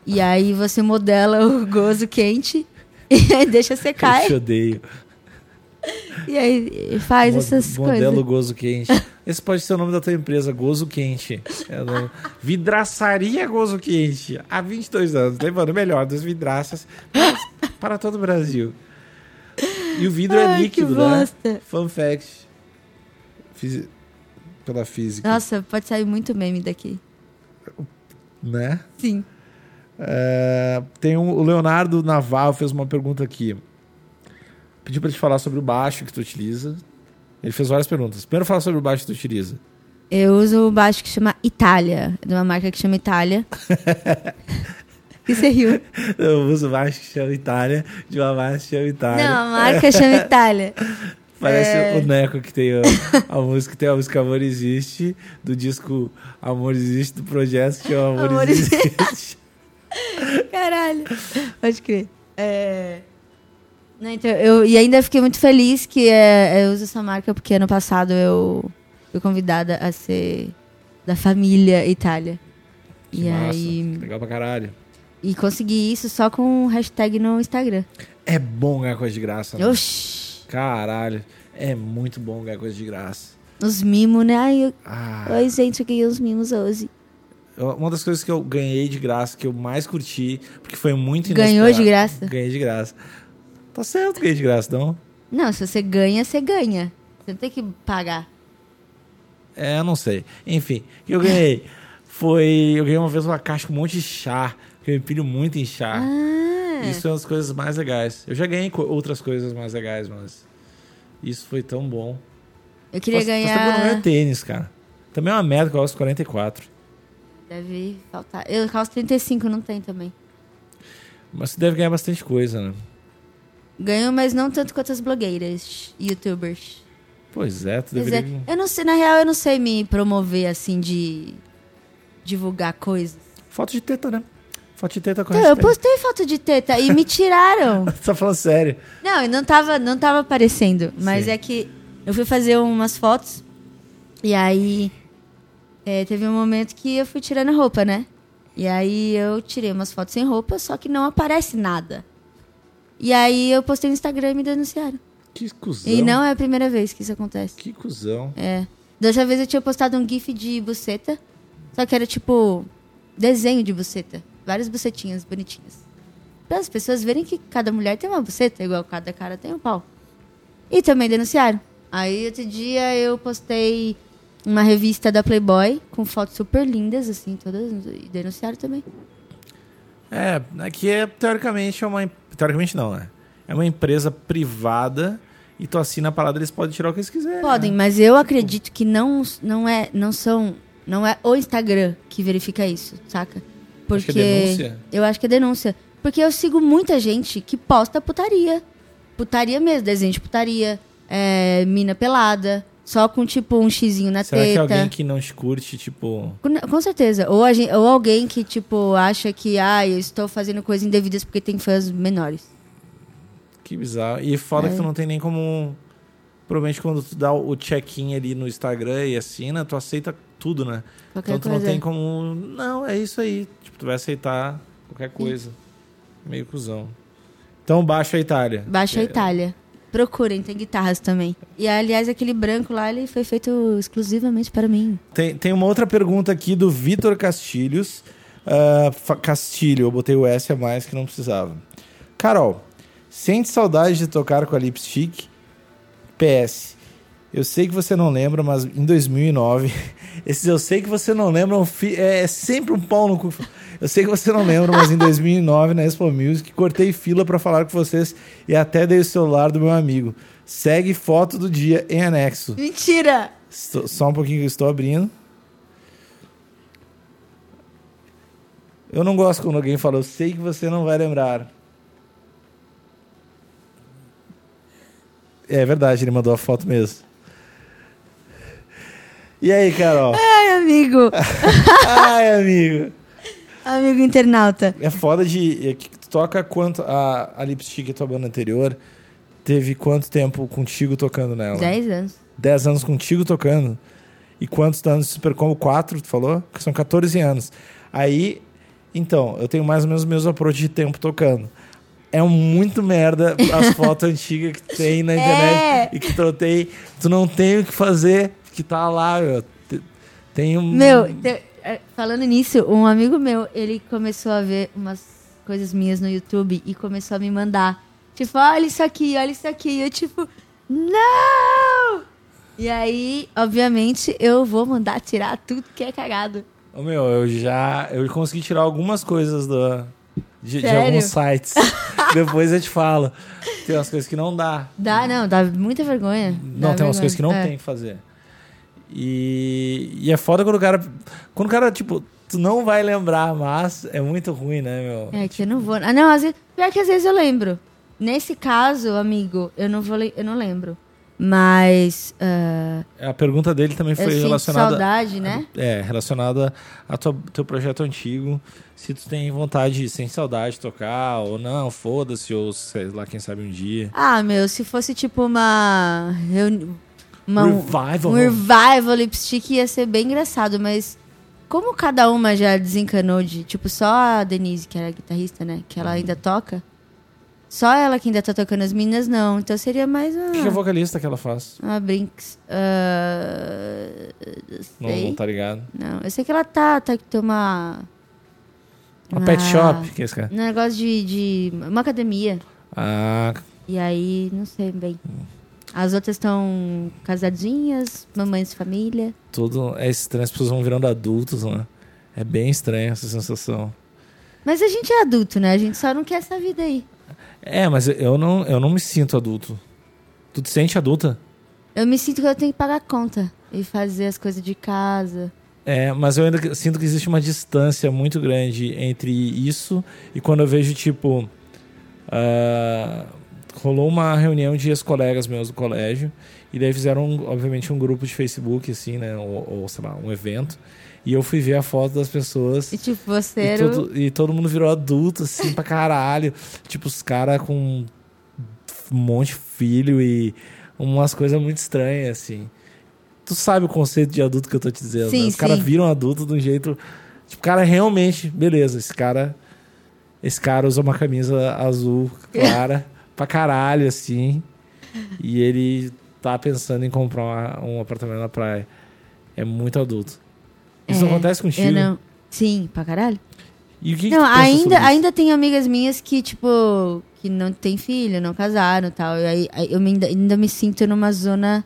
Speaker 2: E aí você modela o gozo quente e aí deixa secar.
Speaker 1: Eu te odeio.
Speaker 2: E aí faz
Speaker 1: Mo-
Speaker 2: essas
Speaker 1: modelo
Speaker 2: coisas.
Speaker 1: Gozo Quente. Esse pode ser o nome da tua empresa, Gozo Quente. É o nome. Vidraçaria Gozo Quente. Há 22 anos, levando o melhor das vidraças para- para todo o Brasil. E o vidro é
Speaker 2: Ai, que
Speaker 1: líquido, né?
Speaker 2: bosta.
Speaker 1: Fun fact. Fisi- Pela física,
Speaker 2: Nossa, pode sair muito meme daqui.
Speaker 1: né?
Speaker 2: Sim.
Speaker 1: É, tem um, o Leonardo Naval fez uma pergunta aqui. Pediu pra te falar sobre o baixo que tu utiliza. Ele fez várias perguntas. Primeiro, fala sobre o baixo que tu utiliza.
Speaker 2: Eu uso um baixo que chama Itália. É de uma marca que chama Itália. e você riu.
Speaker 1: Eu uso baixo que chama Itália, de uma baixo que chama Itália.
Speaker 2: Não, a marca chama Itália.
Speaker 1: Parece
Speaker 2: é.
Speaker 1: o Neco que tem a, a música, tem a música Amor Existe, do disco Amor Existe, do projeto que chama Amor,
Speaker 2: Amor
Speaker 1: Existe.
Speaker 2: Caralho. Pode crer. É... Não, então, eu, e ainda fiquei muito feliz que é, eu uso essa marca, porque ano passado eu fui convidada a ser da família Itália.
Speaker 1: Que
Speaker 2: e
Speaker 1: massa,
Speaker 2: aí.
Speaker 1: Legal pra caralho.
Speaker 2: E consegui isso só com um hashtag no Instagram.
Speaker 1: É bom ganhar coisa de graça. Né?
Speaker 2: Oxi!
Speaker 1: Caralho, é muito bom ganhar coisa de graça.
Speaker 2: Os mimos, né? Ai, eu...
Speaker 1: Ah.
Speaker 2: Oi, gente, eu ganhei os mimos hoje.
Speaker 1: Eu- Uma das coisas que eu ganhei de graça, que eu mais curti, porque foi muito
Speaker 2: Ganhou de
Speaker 1: inesperado.
Speaker 2: graça?
Speaker 1: Ganhei de graça. Tá certo, ganhei de graça, não?
Speaker 2: Não, se você ganha, você ganha. Você não tem que pagar.
Speaker 1: É, eu não sei. Enfim, o que eu ganhei foi. Eu ganhei uma vez uma caixa com um monte de chá, que eu empilho muito em chá.
Speaker 2: Ah,
Speaker 1: Isso é uma das coisas mais legais. Eu já ganhei co- outras coisas mais legais, mas. Isso foi tão bom.
Speaker 2: eu queria
Speaker 1: Faz- faz tempo que eu não
Speaker 2: ganhar.
Speaker 1: ganho tênis, cara. Também é uma merda que eu gosto 44.
Speaker 2: Deve faltar. Eu calço 35, não tem também.
Speaker 1: Mas você deve ganhar bastante coisa, né?
Speaker 2: Ganho, mas não tanto quanto as blogueiras, youtubers.
Speaker 1: Pois é, tu
Speaker 2: Pois
Speaker 1: deveria.
Speaker 2: é, eu não sei, na real, eu não sei me promover assim de divulgar coisas.
Speaker 1: Foto de teta, né? Foto de teta com
Speaker 2: Então, eu
Speaker 1: respeito.
Speaker 2: postei foto de teta e me tiraram.
Speaker 1: Você tá falando sério.
Speaker 2: Não, eu não tava, não tava aparecendo. Mas
Speaker 1: Sim.
Speaker 2: é que eu fui fazer umas fotos e aí é, teve um momento que eu fui tirando a roupa, né? E aí eu tirei umas fotos sem roupa, só que não aparece nada. E aí eu postei no Instagram e me denunciaram.
Speaker 1: Que cuzão.
Speaker 2: E não é a primeira vez que isso acontece.
Speaker 1: Que cuzão.
Speaker 2: É. Dessa vez eu tinha postado um gif de buceta, só que era tipo desenho de buceta. Várias bucetinhas bonitinhas. Para as pessoas verem que cada mulher tem uma buceta, igual cada cara tem um pau. E também denunciaram. Aí outro dia eu postei uma revista da Playboy com fotos super lindas, assim, todas. E denunciaram também.
Speaker 1: É, aqui é teoricamente é uma. em- Teoricamente não, né? É uma empresa privada e tu assina a parada, eles podem tirar o que eles quiserem.
Speaker 2: Podem,
Speaker 1: né?
Speaker 2: mas eu acredito que não, não é. Não são. Não é o Instagram que verifica isso, saca?
Speaker 1: Acho
Speaker 2: Porque.
Speaker 1: que é denúncia.
Speaker 2: Eu acho que é denúncia. Porque eu sigo muita gente que posta putaria. Putaria mesmo, desenho de putaria, é, mina pelada, só com tipo um xizinho na
Speaker 1: Será que
Speaker 2: teta.
Speaker 1: alguém que não te curte, tipo.
Speaker 2: Com, com certeza. Ou, a gen- ou alguém que, tipo, acha que, ah, eu estou fazendo coisas indevidas porque tem fãs menores.
Speaker 1: Que bizarro. E foda
Speaker 2: É.
Speaker 1: que tu não tem nem como. Provavelmente quando tu dá o check-in ali no Instagram e assina, tu aceita tudo, né?
Speaker 2: Qualquer
Speaker 1: então tu
Speaker 2: coisa.
Speaker 1: não tem como. Não, é isso aí. Tipo, tu vai aceitar qualquer coisa. Meio cuzão. Então baixa a Itália.
Speaker 2: Baixa a Itália. Procurem, tem guitarras também. E, aliás, aquele branco lá, ele foi feito exclusivamente para mim.
Speaker 1: Tem, tem uma outra pergunta aqui do Vitor Castilhos. Ah, fa- Castilho, eu botei o S a mais que não precisava. Carol, sente saudade de tocar com a Lipstick? PS, eu sei que você não lembra, mas em 2009, esses eu sei que você não lembra é um fi- é sempre um pau no cu. Eu sei que você não lembra, mas em 2009 na Expo Music cortei fila pra falar com vocês e até dei o celular do meu amigo. Segue foto do dia em anexo.
Speaker 2: Mentira!
Speaker 1: Estou- só um pouquinho que eu estou abrindo. Eu não gosto quando alguém fala, eu sei que você não vai lembrar. É verdade, ele mandou a foto mesmo. E aí, Carol?
Speaker 2: Ai, amigo!
Speaker 1: Ai, amigo.
Speaker 2: amigo internauta.
Speaker 1: É foda de. é que tu toca quanto. A, a lipstick, tua banda anterior, teve quanto tempo contigo tocando nela?
Speaker 2: Dez anos.
Speaker 1: 10 anos contigo tocando. E quantos anos de Super Combo? Quatro, tu falou? Que são 14 anos. Aí, então, eu tenho mais ou menos o mesmo approach de tempo tocando. É um muito merda as fotos antigas que tem na
Speaker 2: É.
Speaker 1: internet e que trotei. Tu não tem o que fazer, que tá lá, meu. Te- Tem um.
Speaker 2: Meu, te- é, falando nisso, um amigo meu, ele começou a ver umas coisas minhas no YouTube e começou a me mandar. Tipo, olha isso aqui, olha isso aqui. E eu, tipo, não! E aí, obviamente, eu vou mandar tirar tudo que é cagado.
Speaker 1: Ô, meu, eu já. Eu consegui tirar algumas coisas do, de, de
Speaker 2: Sério?
Speaker 1: alguns sites. Depois eu te falo. Tem umas coisas que não dá.
Speaker 2: Dá, não, dá muita vergonha.
Speaker 1: Não,
Speaker 2: Dá
Speaker 1: tem umas
Speaker 2: vergonha.
Speaker 1: coisas que não
Speaker 2: É.
Speaker 1: tem que fazer. E, e é foda quando o cara. Quando o cara, tipo, tu não vai lembrar, mas é muito ruim, né, meu?
Speaker 2: É que eu não vou. Ah, não, às vezes. Pior que às vezes eu lembro. Nesse caso, amigo, eu não vou. le- Eu não lembro. Mas. ah,
Speaker 1: A pergunta dele também
Speaker 2: eu
Speaker 1: foi
Speaker 2: sinto
Speaker 1: relacionada.
Speaker 2: saudade, né?
Speaker 1: É, relacionada a tua, teu projeto antigo. Se tu tem vontade, sem saudade, de tocar, ou não, foda-se, ou sei lá, quem sabe um dia.
Speaker 2: Ah, meu, se fosse tipo uma. reuni- uma
Speaker 1: Revival.
Speaker 2: Um revival lipstick ia ser bem engraçado, mas. Como cada uma já desencanou de. Tipo, só a Denise, que era guitarrista, né? Que ela ainda toca. Só ela que ainda tá tocando, as meninas não. Então seria mais uma.
Speaker 1: O que, que é vocalista que ela faz?
Speaker 2: Uma Brinks. ah,
Speaker 1: Não,
Speaker 2: sei.
Speaker 1: não tá ligado.
Speaker 2: Não, eu sei que ela tá, tá que tem uma. Ah.
Speaker 1: Uma pet shop, que é esse cara?
Speaker 2: Um negócio de, de. Uma academia.
Speaker 1: Ah,
Speaker 2: E aí, não sei bem. As outras estão casadinhas, mamães de família.
Speaker 1: tudo é estranho, as pessoas vão virando adultos, né? É bem estranha essa sensação.
Speaker 2: Mas a gente é adulto, né? A gente só não quer essa vida aí.
Speaker 1: É, mas eu não, eu não me sinto adulto. Tu te sente adulta?
Speaker 2: Eu me sinto que eu tenho que pagar conta e fazer as coisas de casa.
Speaker 1: É, mas eu ainda que- sinto que existe uma distância muito grande entre isso e quando eu vejo, tipo. ah, rolou uma reunião de ex-colegas meus do colégio, e daí fizeram, um- obviamente, um grupo de Facebook, assim, né? Ou, ou, sei lá, um evento. E eu fui ver a foto das pessoas.
Speaker 2: E tipo, você
Speaker 1: E
Speaker 2: era. o-
Speaker 1: todo, e todo mundo virou adulto, assim, pra caralho. Tipo, os caras com um monte de filho e umas coisas muito estranhas, assim. Tu sabe o conceito de adulto que eu tô te dizendo,
Speaker 2: Sim,
Speaker 1: né? Os caras
Speaker 2: sim.
Speaker 1: viram adulto de um jeito... Tipo, o cara realmente... Beleza, esse cara... Esse cara usa uma camisa azul clara pra caralho, assim. E ele tá pensando em comprar uma- um apartamento na praia. É muito adulto. Isso não
Speaker 2: É,
Speaker 1: acontece contigo?
Speaker 2: Eu não. Sim, pra caralho.
Speaker 1: E o que, que
Speaker 2: não,
Speaker 1: tu pensa sobre
Speaker 2: ainda,
Speaker 1: isso?
Speaker 2: ainda tem amigas minhas que, tipo, que não tem filho, não casaram e tal. E aí, aí eu me ainda, ainda me sinto numa zona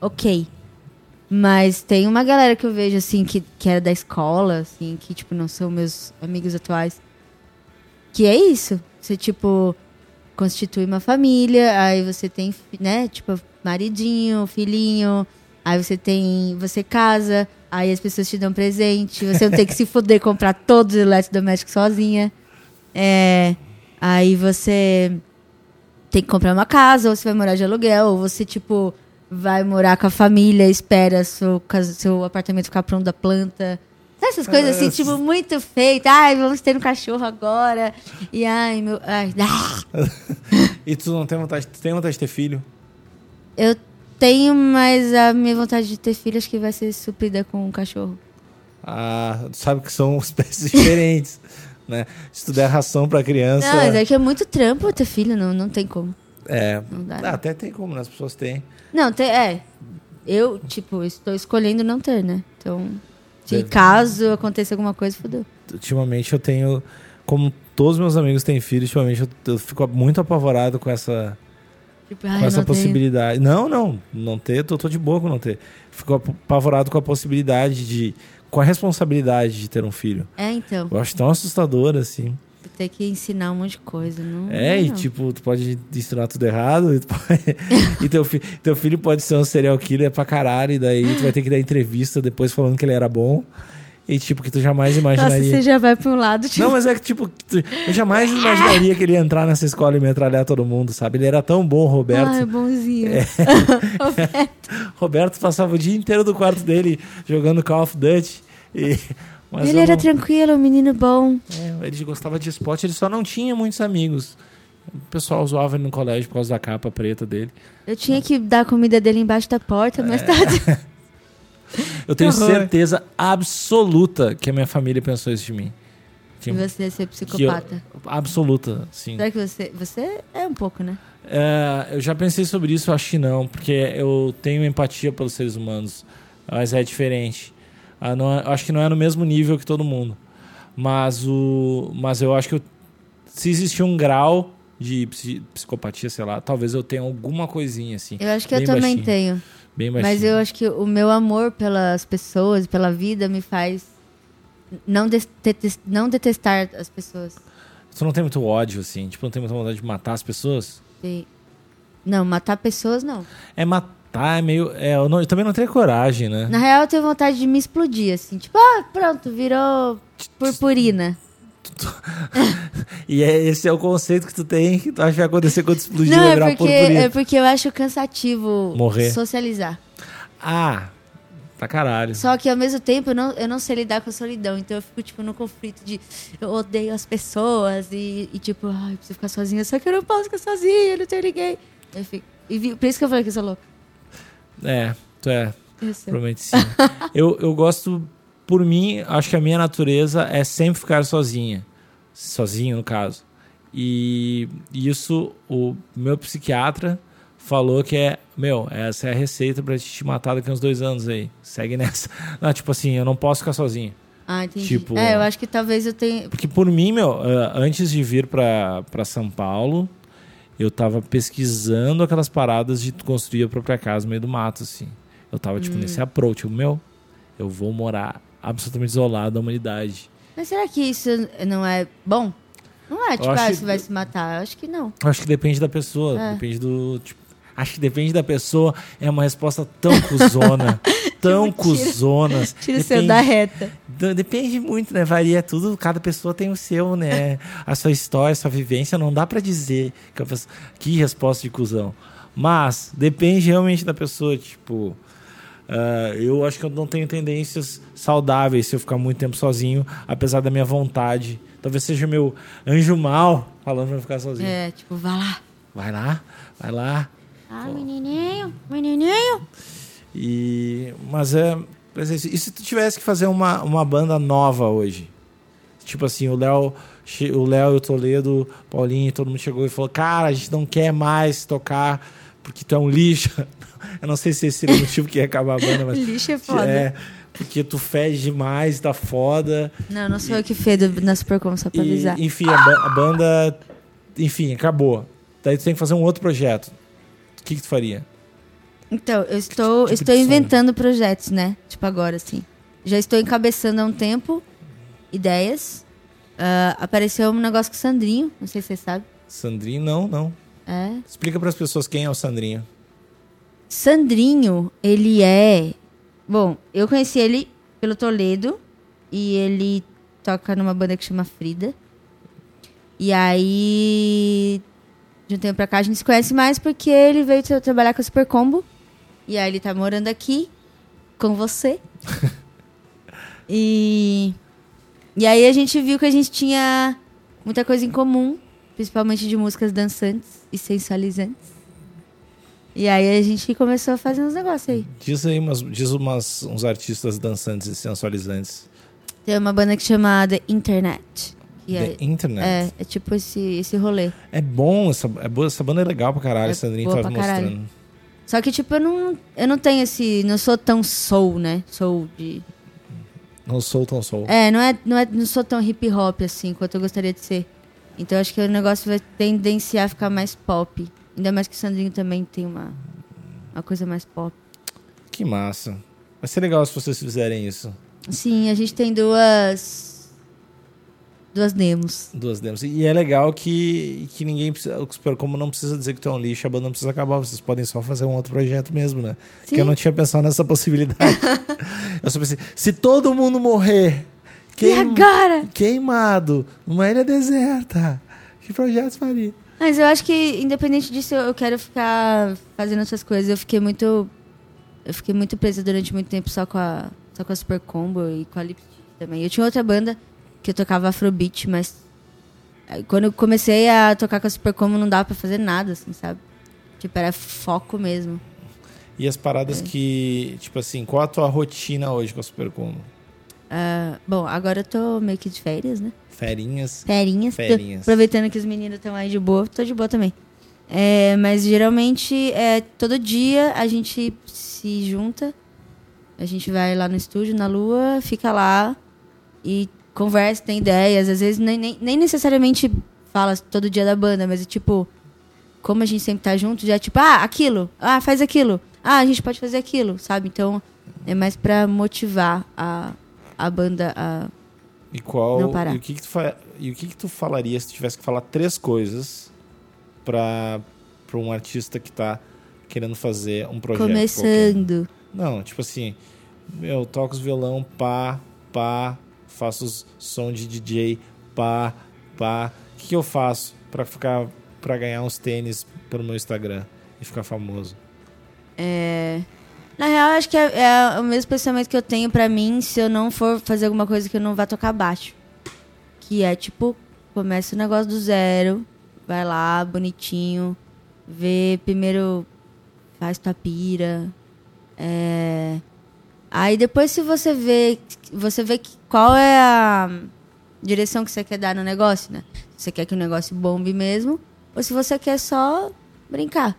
Speaker 2: ok. Mas tem uma galera que eu vejo, assim, que, que era da escola, assim, que, tipo, não são meus amigos atuais. Que é isso. Você, tipo, constitui uma família, aí você tem, fi- né, tipo, maridinho, filhinho, aí você tem, você casa, aí as pessoas te dão presente, você não tem que se fuder comprar todos os eletrodomésticos sozinha. É, aí você tem que comprar uma casa, ou você vai morar de aluguel, ou você, tipo, vai morar com a família, espera seu, cas- seu apartamento ficar pronto da planta. Sabe Essas coisas assim, tipo, muito feita. Ai, vamos ter um cachorro agora. E ai, meu. Ai,
Speaker 1: E tu não tem vontade, tu tem vontade de ter filho?
Speaker 2: Eu tenho, mas a minha vontade de ter filho acho que vai ser suprida com um cachorro.
Speaker 1: Ah, tu sabe que são espécies diferentes, né? Se tu der ração pra criança,
Speaker 2: Não, mas é que é muito trampo ter filho, não, não tem como.
Speaker 1: é,
Speaker 2: Não dá.
Speaker 1: Ah, até tem como, né? As pessoas têm.
Speaker 2: Não, tem, é. Eu, tipo, estou escolhendo não ter, né? Então, se
Speaker 1: Deve-
Speaker 2: caso aconteça alguma coisa, fodeu.
Speaker 1: Ultimamente eu tenho, como todos meus amigos têm filhos, ultimamente eu, eu fico muito apavorado com essa
Speaker 2: Tipo, ai,
Speaker 1: com essa
Speaker 2: não tenho.
Speaker 1: possibilidade. Não, não, não ter, tô, tô de boa com não ter. Fico ap- apavorado com a possibilidade de com a responsabilidade de ter um filho.
Speaker 2: É, então.
Speaker 1: Eu acho tão assustador assim.
Speaker 2: Vou ter que ensinar um monte de coisa. Não,
Speaker 1: É,
Speaker 2: não,
Speaker 1: e
Speaker 2: não.
Speaker 1: tipo, tu pode ensinar tudo errado. E, tu pode- e teu, fi- teu filho pode ser um serial killer pra caralho. E daí tu vai ter que dar entrevista depois falando que ele era bom. E tipo, que tu jamais
Speaker 2: Nossa,
Speaker 1: imaginaria.
Speaker 2: você já vai pra um lado, tipo.
Speaker 1: Não, mas é que tipo, que tu- eu jamais imaginaria que ele ia entrar nessa escola e metralhar todo mundo, sabe? Ele era tão bom, Roberto. É,
Speaker 2: Ai, é bonzinho.
Speaker 1: Roberto passava o dia inteiro do quarto dele jogando Call of Duty. E... Mas
Speaker 2: Ele
Speaker 1: eu
Speaker 2: era
Speaker 1: não-
Speaker 2: tranquilo, um menino bom.
Speaker 1: É, ele gostava de esporte, ele só não tinha muitos amigos. O pessoal zoava ele no colégio por causa da capa preta dele. É,
Speaker 2: Eu tinha que dar a comida dele embaixo da porta, mas tá.
Speaker 1: Eu tenho
Speaker 2: horror.
Speaker 1: certeza absoluta que a minha família pensou isso de mim. Que-
Speaker 2: E você ser
Speaker 1: que eu-
Speaker 2: psicopata.
Speaker 1: absoluta, sim.
Speaker 2: Será que você. Você é um pouco, né?
Speaker 1: É, eu já pensei sobre isso, eu acho que não, porque eu tenho empatia pelos seres humanos, mas é diferente. Ah, não é- eu acho que não é no mesmo nível que todo mundo. Mas, o, mas eu acho que eu- se existir um grau de psi- psicopatia, sei lá, talvez eu tenha alguma coisinha assim.
Speaker 2: Eu acho que eu
Speaker 1: Bem
Speaker 2: também
Speaker 1: baixinho.
Speaker 2: tenho.
Speaker 1: Bem
Speaker 2: Mas
Speaker 1: baixinha.
Speaker 2: eu acho que o meu amor pelas pessoas, pela vida, me faz não, des- detes- não detestar as pessoas.
Speaker 1: Tu não tem muito ódio, assim? Tipo, não tem muita vontade de matar as pessoas?
Speaker 2: E- Não, matar pessoas não.
Speaker 1: É matar, é meio. é, eu, não- eu também não tenho coragem, né?
Speaker 2: Na real, eu tenho vontade de me explodir, assim. Tipo, ah, pronto, virou purpurina.
Speaker 1: E é, esse é o conceito que tu tem que tu acha que vai acontecer quando explodir
Speaker 2: Não,
Speaker 1: vai
Speaker 2: é
Speaker 1: virar
Speaker 2: porque,
Speaker 1: purpurina.
Speaker 2: é porque eu acho cansativo
Speaker 1: Morrer.
Speaker 2: socializar.
Speaker 1: Ah, pra caralho.
Speaker 2: Só que ao mesmo tempo eu não, eu não sei lidar com a solidão. Então eu fico, tipo, no conflito de eu odeio as pessoas e, e, tipo, ai, eu preciso ficar sozinha. Só que eu não posso ficar sozinha, eu não tenho ninguém. Eu fico, e vi- por isso que eu falei que eu sou louca.
Speaker 1: É, tu é,
Speaker 2: Eu sei.
Speaker 1: provavelmente sim. eu, eu gosto, por mim, acho que a minha natureza é sempre ficar sozinha. Sozinho, no caso. E isso, o meu psiquiatra falou que é, meu, essa é a receita pra te matar daqui uns dois anos aí. Segue nessa. Não, tipo assim, eu não posso ficar sozinho.
Speaker 2: Ah, entendi.
Speaker 1: Tipo-
Speaker 2: É, eu acho que talvez eu tenha.
Speaker 1: Porque por mim, meu, ah, antes de vir pra pra São Paulo, eu tava pesquisando aquelas paradas de tu construir a própria casa no meio do mato, assim. Eu tava, tipo,
Speaker 2: Hum.
Speaker 1: nesse approach. O meu, eu vou morar absolutamente isolado da humanidade.
Speaker 2: Mas será que isso não é bom? Não é, tipo,
Speaker 1: acho
Speaker 2: ah,
Speaker 1: que-
Speaker 2: você vai se matar. Eu acho que não.
Speaker 1: Eu acho que depende da pessoa,
Speaker 2: É.
Speaker 1: depende do... tipo, acho que depende da pessoa, é uma resposta tão cuzona, tão
Speaker 2: Tipo, tira-
Speaker 1: cuzona.
Speaker 2: Tira o seu
Speaker 1: Depende-
Speaker 2: da reta.
Speaker 1: D- Depende muito, né? Varia tudo, cada pessoa tem o seu, né? A sua história, a sua vivência, não dá pra dizer que, a pessoa- que resposta de cuzão. Mas depende realmente da pessoa, tipo. ah, eu acho que eu não tenho tendências saudáveis se eu ficar muito tempo sozinho, apesar da minha vontade. Talvez seja o meu anjo mal falando pra eu ficar sozinho.
Speaker 2: É, tipo, vá lá.
Speaker 1: Vai lá, vai lá.
Speaker 2: Ah, menininho, menininho.
Speaker 1: E, mas é. mas é isso. E se tu tivesse que fazer uma, uma banda nova hoje? Tipo assim, o Léo, che- o Léo e o Toledo, Paulinho, todo mundo chegou e falou: Cara, a gente não quer mais tocar porque tu é um lixo. Eu não sei se esse seria o motivo que ia acabar a banda, mas.
Speaker 2: Lixo é foda.
Speaker 1: É, porque tu fez demais, tá foda.
Speaker 2: Não, não sou eu que fedo na Supercom, só pra
Speaker 1: E,
Speaker 2: avisar.
Speaker 1: enfim, a, ba- a banda. Enfim, acabou. Daí tu tem que fazer um outro projeto. O que, que tu faria?
Speaker 2: Então, eu estou,
Speaker 1: tipo
Speaker 2: estou
Speaker 1: de sonho?
Speaker 2: inventando projetos, né? Tipo agora, assim. Já estou encabeçando há um tempo ideias. Ah, apareceu um negócio com o Sandrinho, não sei se você sabe.
Speaker 1: Sandrinho? Não, não.
Speaker 2: É.
Speaker 1: Explica pras pessoas quem é o Sandrinho.
Speaker 2: Sandrinho, ele é. Bom, eu conheci ele pelo Toledo e ele toca numa banda que chama Frida. E aí, de um tempo pra cá, a gente se conhece mais porque ele veio tra- trabalhar com a Super Combo. E aí, ele tá morando aqui com você. e. E aí, a gente viu que a gente tinha muita coisa em comum, principalmente de músicas dançantes e sensualizantes. E aí, a gente começou a fazer uns negócios aí.
Speaker 1: Diz aí umas, diz umas, uns artistas dançantes e sensualizantes
Speaker 2: Tem uma banda que chama The Internet. Que
Speaker 1: da
Speaker 2: é,
Speaker 1: internet.
Speaker 2: é, é tipo esse, esse rolê.
Speaker 1: É, bom, essa, é boa, essa banda é legal pra caralho,
Speaker 2: É
Speaker 1: Sandrinho
Speaker 2: boa
Speaker 1: tava
Speaker 2: pra caralho.
Speaker 1: mostrando.
Speaker 2: Só que, tipo, eu não, eu não tenho esse. Não sou tão soul, né? Soul de.
Speaker 1: Não sou tão soul.
Speaker 2: É, não é, não é. Não sou tão hip hop assim quanto eu gostaria de ser. Então acho que o negócio vai tendenciar a ficar mais pop. Ainda mais que o Sandrinho também tem uma, uma coisa mais pop.
Speaker 1: Que massa. Vai ser legal se vocês fizerem isso.
Speaker 2: Sim, a gente tem duas. Duas demos.
Speaker 1: Duas demos. E é legal que, que ninguém precisa. O Supercomo não precisa dizer que tu é um lixo, a banda não precisa acabar. Vocês podem só fazer um outro projeto mesmo, né?
Speaker 2: Sim.
Speaker 1: Que eu não tinha pensado nessa possibilidade. eu só pensei, se todo mundo morrer,
Speaker 2: E
Speaker 1: quem,
Speaker 2: agora?
Speaker 1: queimado, numa ilha deserta, que projetos faria?
Speaker 2: Mas eu acho que, independente disso, eu eu quero ficar fazendo essas coisas. Eu fiquei muito. Eu fiquei muito presa durante muito tempo só com a, só com a Super Combo e com a Lip Sync também. Eu tinha outra banda que eu tocava Afrobeat, mas. aí, Quando eu comecei a tocar com a Super Combo, não dava pra fazer nada, assim, sabe? Tipo, era foco mesmo.
Speaker 1: E as paradas que, tipo assim, qual a tua rotina hoje com a Supercombo?
Speaker 2: Ah, bom, agora eu tô meio que de férias, né?
Speaker 1: Ferinhas?
Speaker 2: Ferinhas. tô
Speaker 1: Ferinhas.
Speaker 2: aproveitando que os meninos estão aí de boa, tô de boa também. É, mas geralmente, é, todo dia a gente se junta, a gente vai lá no estúdio, na lua, fica lá e conversa, tem ideias. Às vezes nem, nem, nem necessariamente fala todo dia da banda, mas é tipo, como a gente sempre tá junto, já é tipo, ah, aquilo, ah, faz aquilo, ah, a gente pode fazer aquilo, sabe? Então é mais pra motivar a, a banda a.
Speaker 1: E qual.
Speaker 2: Não parar.
Speaker 1: E o, que que tu fa- e o que que tu falaria se tu tivesse que falar três coisas pra, pra um artista que tá querendo fazer um projeto? qualquer?
Speaker 2: começando.
Speaker 1: Não, tipo assim, eu toco os violão, pá, pá, faço os som de DJ, pá, pá. O que, que eu faço pra ficar para ganhar uns tênis pelo meu Instagram e ficar famoso?
Speaker 2: Na real, acho que é, é o mesmo pensamento que eu tenho pra mim se eu não for fazer alguma coisa que eu não vá tocar baixo. Que é tipo, começa o negócio do zero, vai lá, bonitinho, vê primeiro, faz tua pira. é. Aí depois se você vê, você vê que- qual é a direção que você quer dar no negócio, né? Se você quer que o negócio bombe mesmo, ou se você quer só brincar.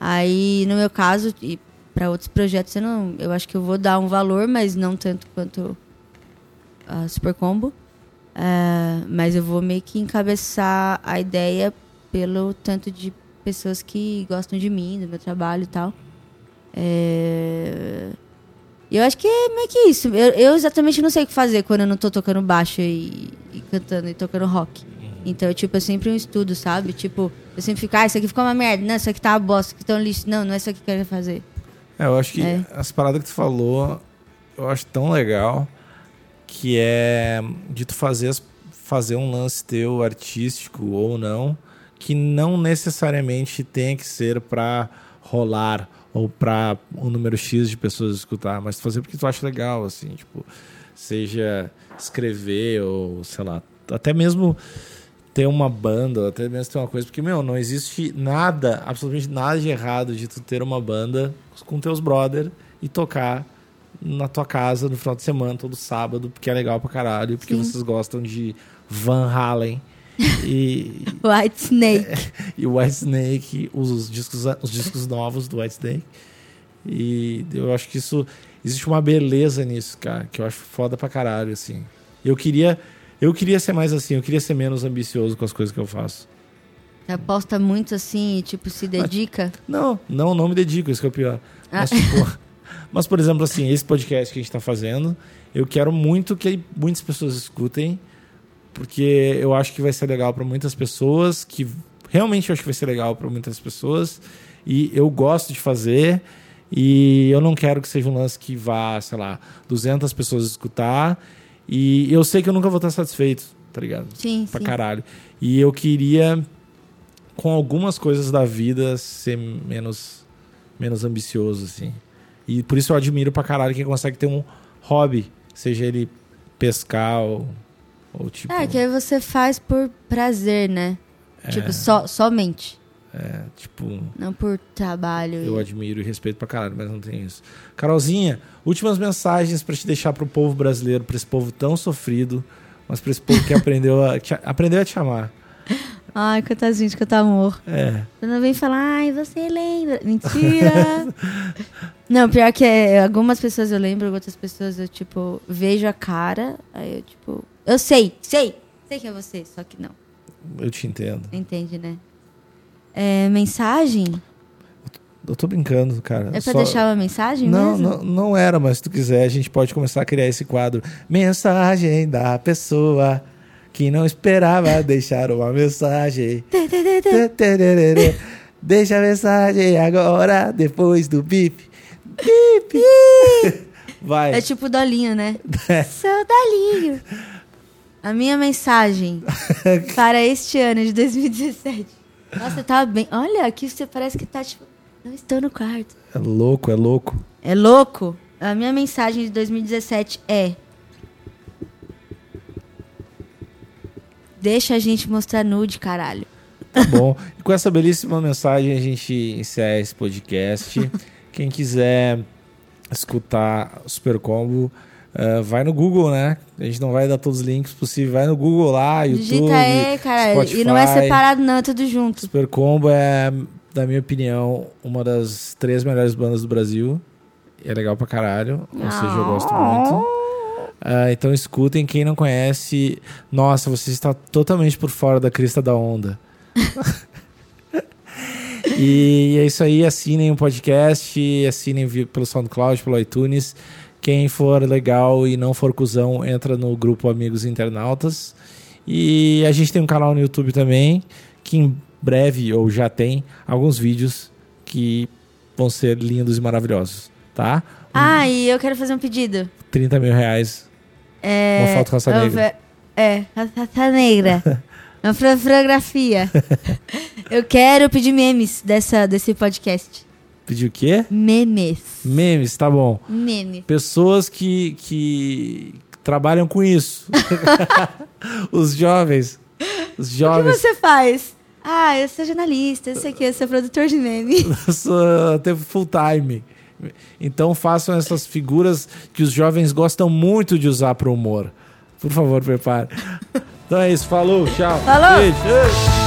Speaker 2: Aí, no meu caso, e para outros projetos, eu, não, eu acho que eu vou dar um valor, mas não tanto quanto a Super Combo. É, mas eu vou meio que encabeçar a ideia pelo tanto de pessoas que gostam de mim, do meu trabalho e tal. É, e Eu acho que é meio que isso. Eu, eu exatamente não sei o que fazer quando eu não tô tocando baixo e, e cantando e tocando rock.
Speaker 1: Uhum.
Speaker 2: Então, tipo, é sempre um estudo, sabe? Tipo, eu sempre fico, ah, isso aqui ficou uma merda, não, isso aqui tá uma bosta, isso aqui tá um lixo. Não, não é isso aqui que eu quero fazer.
Speaker 1: É, eu acho que
Speaker 2: É.
Speaker 1: as paradas que tu falou, eu acho tão legal que é de tu fazer, as- fazer um lance teu artístico ou não, que não necessariamente tem que ser pra rolar ou pra um número X de pessoas escutar, mas tu fazer porque tu acha legal, assim, tipo, seja escrever ou, sei lá, até mesmo ter uma banda, ou até mesmo ter uma coisa, porque, meu, não existe nada, absolutamente nada de errado de tu ter uma banda com teus brother e tocar na tua casa no final de semana, todo sábado, porque é legal pra caralho, porque
Speaker 2: Sim.
Speaker 1: vocês gostam de Van Halen e,
Speaker 2: White Snake.
Speaker 1: e White Snake, os, os discos, os discos novos do White Snake. E eu acho que isso. Existe uma beleza nisso, cara, que eu acho foda pra caralho, assim. Eu queria. Eu queria ser mais assim, eu queria ser menos ambicioso com as coisas que eu faço.
Speaker 2: Você aposta muito assim e, tipo, se dedica.
Speaker 1: Não, não, não me dedico, isso que é o pior. Mas, tipo, mas, por exemplo, assim, esse podcast que a gente tá fazendo, eu quero muito que muitas pessoas escutem, porque eu acho que vai ser legal para muitas pessoas, que realmente eu acho que vai ser legal para muitas pessoas, e eu gosto de fazer, e eu não quero que seja um lance que vá, sei lá, 200 pessoas escutar, e eu sei que eu nunca vou estar satisfeito, tá ligado?
Speaker 2: Sim,
Speaker 1: pra
Speaker 2: sim.
Speaker 1: caralho. E eu queria, com algumas coisas da vida, ser menos, menos ambicioso, assim. E por isso eu admiro pra caralho quem consegue ter um hobby, seja ele pescar ou, ou tipo.
Speaker 2: É, que aí você faz por prazer, né? Tipo, só, somente.
Speaker 1: é, tipo,
Speaker 2: Não por trabalho.
Speaker 1: eu admiro e respeito pra caralho, mas não tem isso. Carolzinha, últimas mensagens pra te deixar pro povo brasileiro, pra esse povo tão sofrido, mas pra esse povo que aprendeu a, te- aprendeu a te amar.
Speaker 2: Ai, quantas gente que eu tô amor.
Speaker 1: É.
Speaker 2: Você não vem falar, ai, você lembra. Mentira! não, pior que é, algumas pessoas eu lembro, outras pessoas eu, tipo, vejo a cara, aí eu, tipo, eu sei, sei, sei que é você, só que não.
Speaker 1: Eu te entendo.
Speaker 2: Entende, né? É, mensagem?
Speaker 1: Eu tô brincando, cara.
Speaker 2: É pra
Speaker 1: Só-
Speaker 2: deixar uma mensagem
Speaker 1: Não,
Speaker 2: mesmo?
Speaker 1: não, não era, mas se tu quiser, a gente pode começar a criar esse quadro. Mensagem da pessoa que não esperava deixar uma mensagem. Tê, tê, tê, tê, tê. Deixa a mensagem agora, depois do bip. Bip! Vai.
Speaker 2: É tipo Dolinho, né?
Speaker 1: É.
Speaker 2: Seu Dolinho! A minha mensagem para este ano de 2017. Nossa, tá bem. Olha, aqui você parece que tá, tipo, não estou no quarto.
Speaker 1: É louco, é louco.
Speaker 2: É louco? A minha mensagem de 2017 é. Deixa a gente mostrar nude, caralho.
Speaker 1: Tá bom. E com essa belíssima mensagem, a gente encerra esse podcast. Quem quiser escutar Super Combo, eh, vai no Google, né? A gente não vai dar todos os links possíveis. Vai no Google lá, YouTube,
Speaker 2: Digita aí, cara.
Speaker 1: Spotify.
Speaker 2: E não é separado, não, é tudo junto.
Speaker 1: Super Combo é, na minha opinião, uma das três melhores bandas do Brasil. É legal pra caralho. Ou seja, eu gosto muito. Ah, então escutem, quem não conhece, nossa, você está totalmente por fora da crista da onda. e é isso aí, assinem o podcast, assinem vi- pelo SoundCloud, pelo iTunes. Quem for legal e não for cuzão, entra no grupo Amigos Internautas. E a gente tem um canal no YouTube também, que em breve, ou já tem, alguns vídeos que vão ser lindos e maravilhosos, tá?
Speaker 2: Ah, e eu quero fazer um pedido.
Speaker 1: 30 mil reais
Speaker 2: É,
Speaker 1: Uma foto com raça
Speaker 2: eu
Speaker 1: negra.
Speaker 2: ve- É, raça- raça negra. Uma fra- fotografia. eu quero pedir memes dessa, desse podcast.
Speaker 1: Pedir o quê?
Speaker 2: Memes.
Speaker 1: Memes, tá bom.
Speaker 2: Meme.
Speaker 1: Pessoas que, que trabalham com isso. Os jovens. Os
Speaker 2: O que
Speaker 1: jovens.
Speaker 2: você faz? Ah, eu sou jornalista, eu sei que eu sou produtor de meme.
Speaker 1: Eu sou até full time. Então façam essas figuras que os jovens gostam muito de usar pro humor. Por favor, prepare. Então é isso. Falou, tchau.
Speaker 2: Falou.
Speaker 1: Beijo.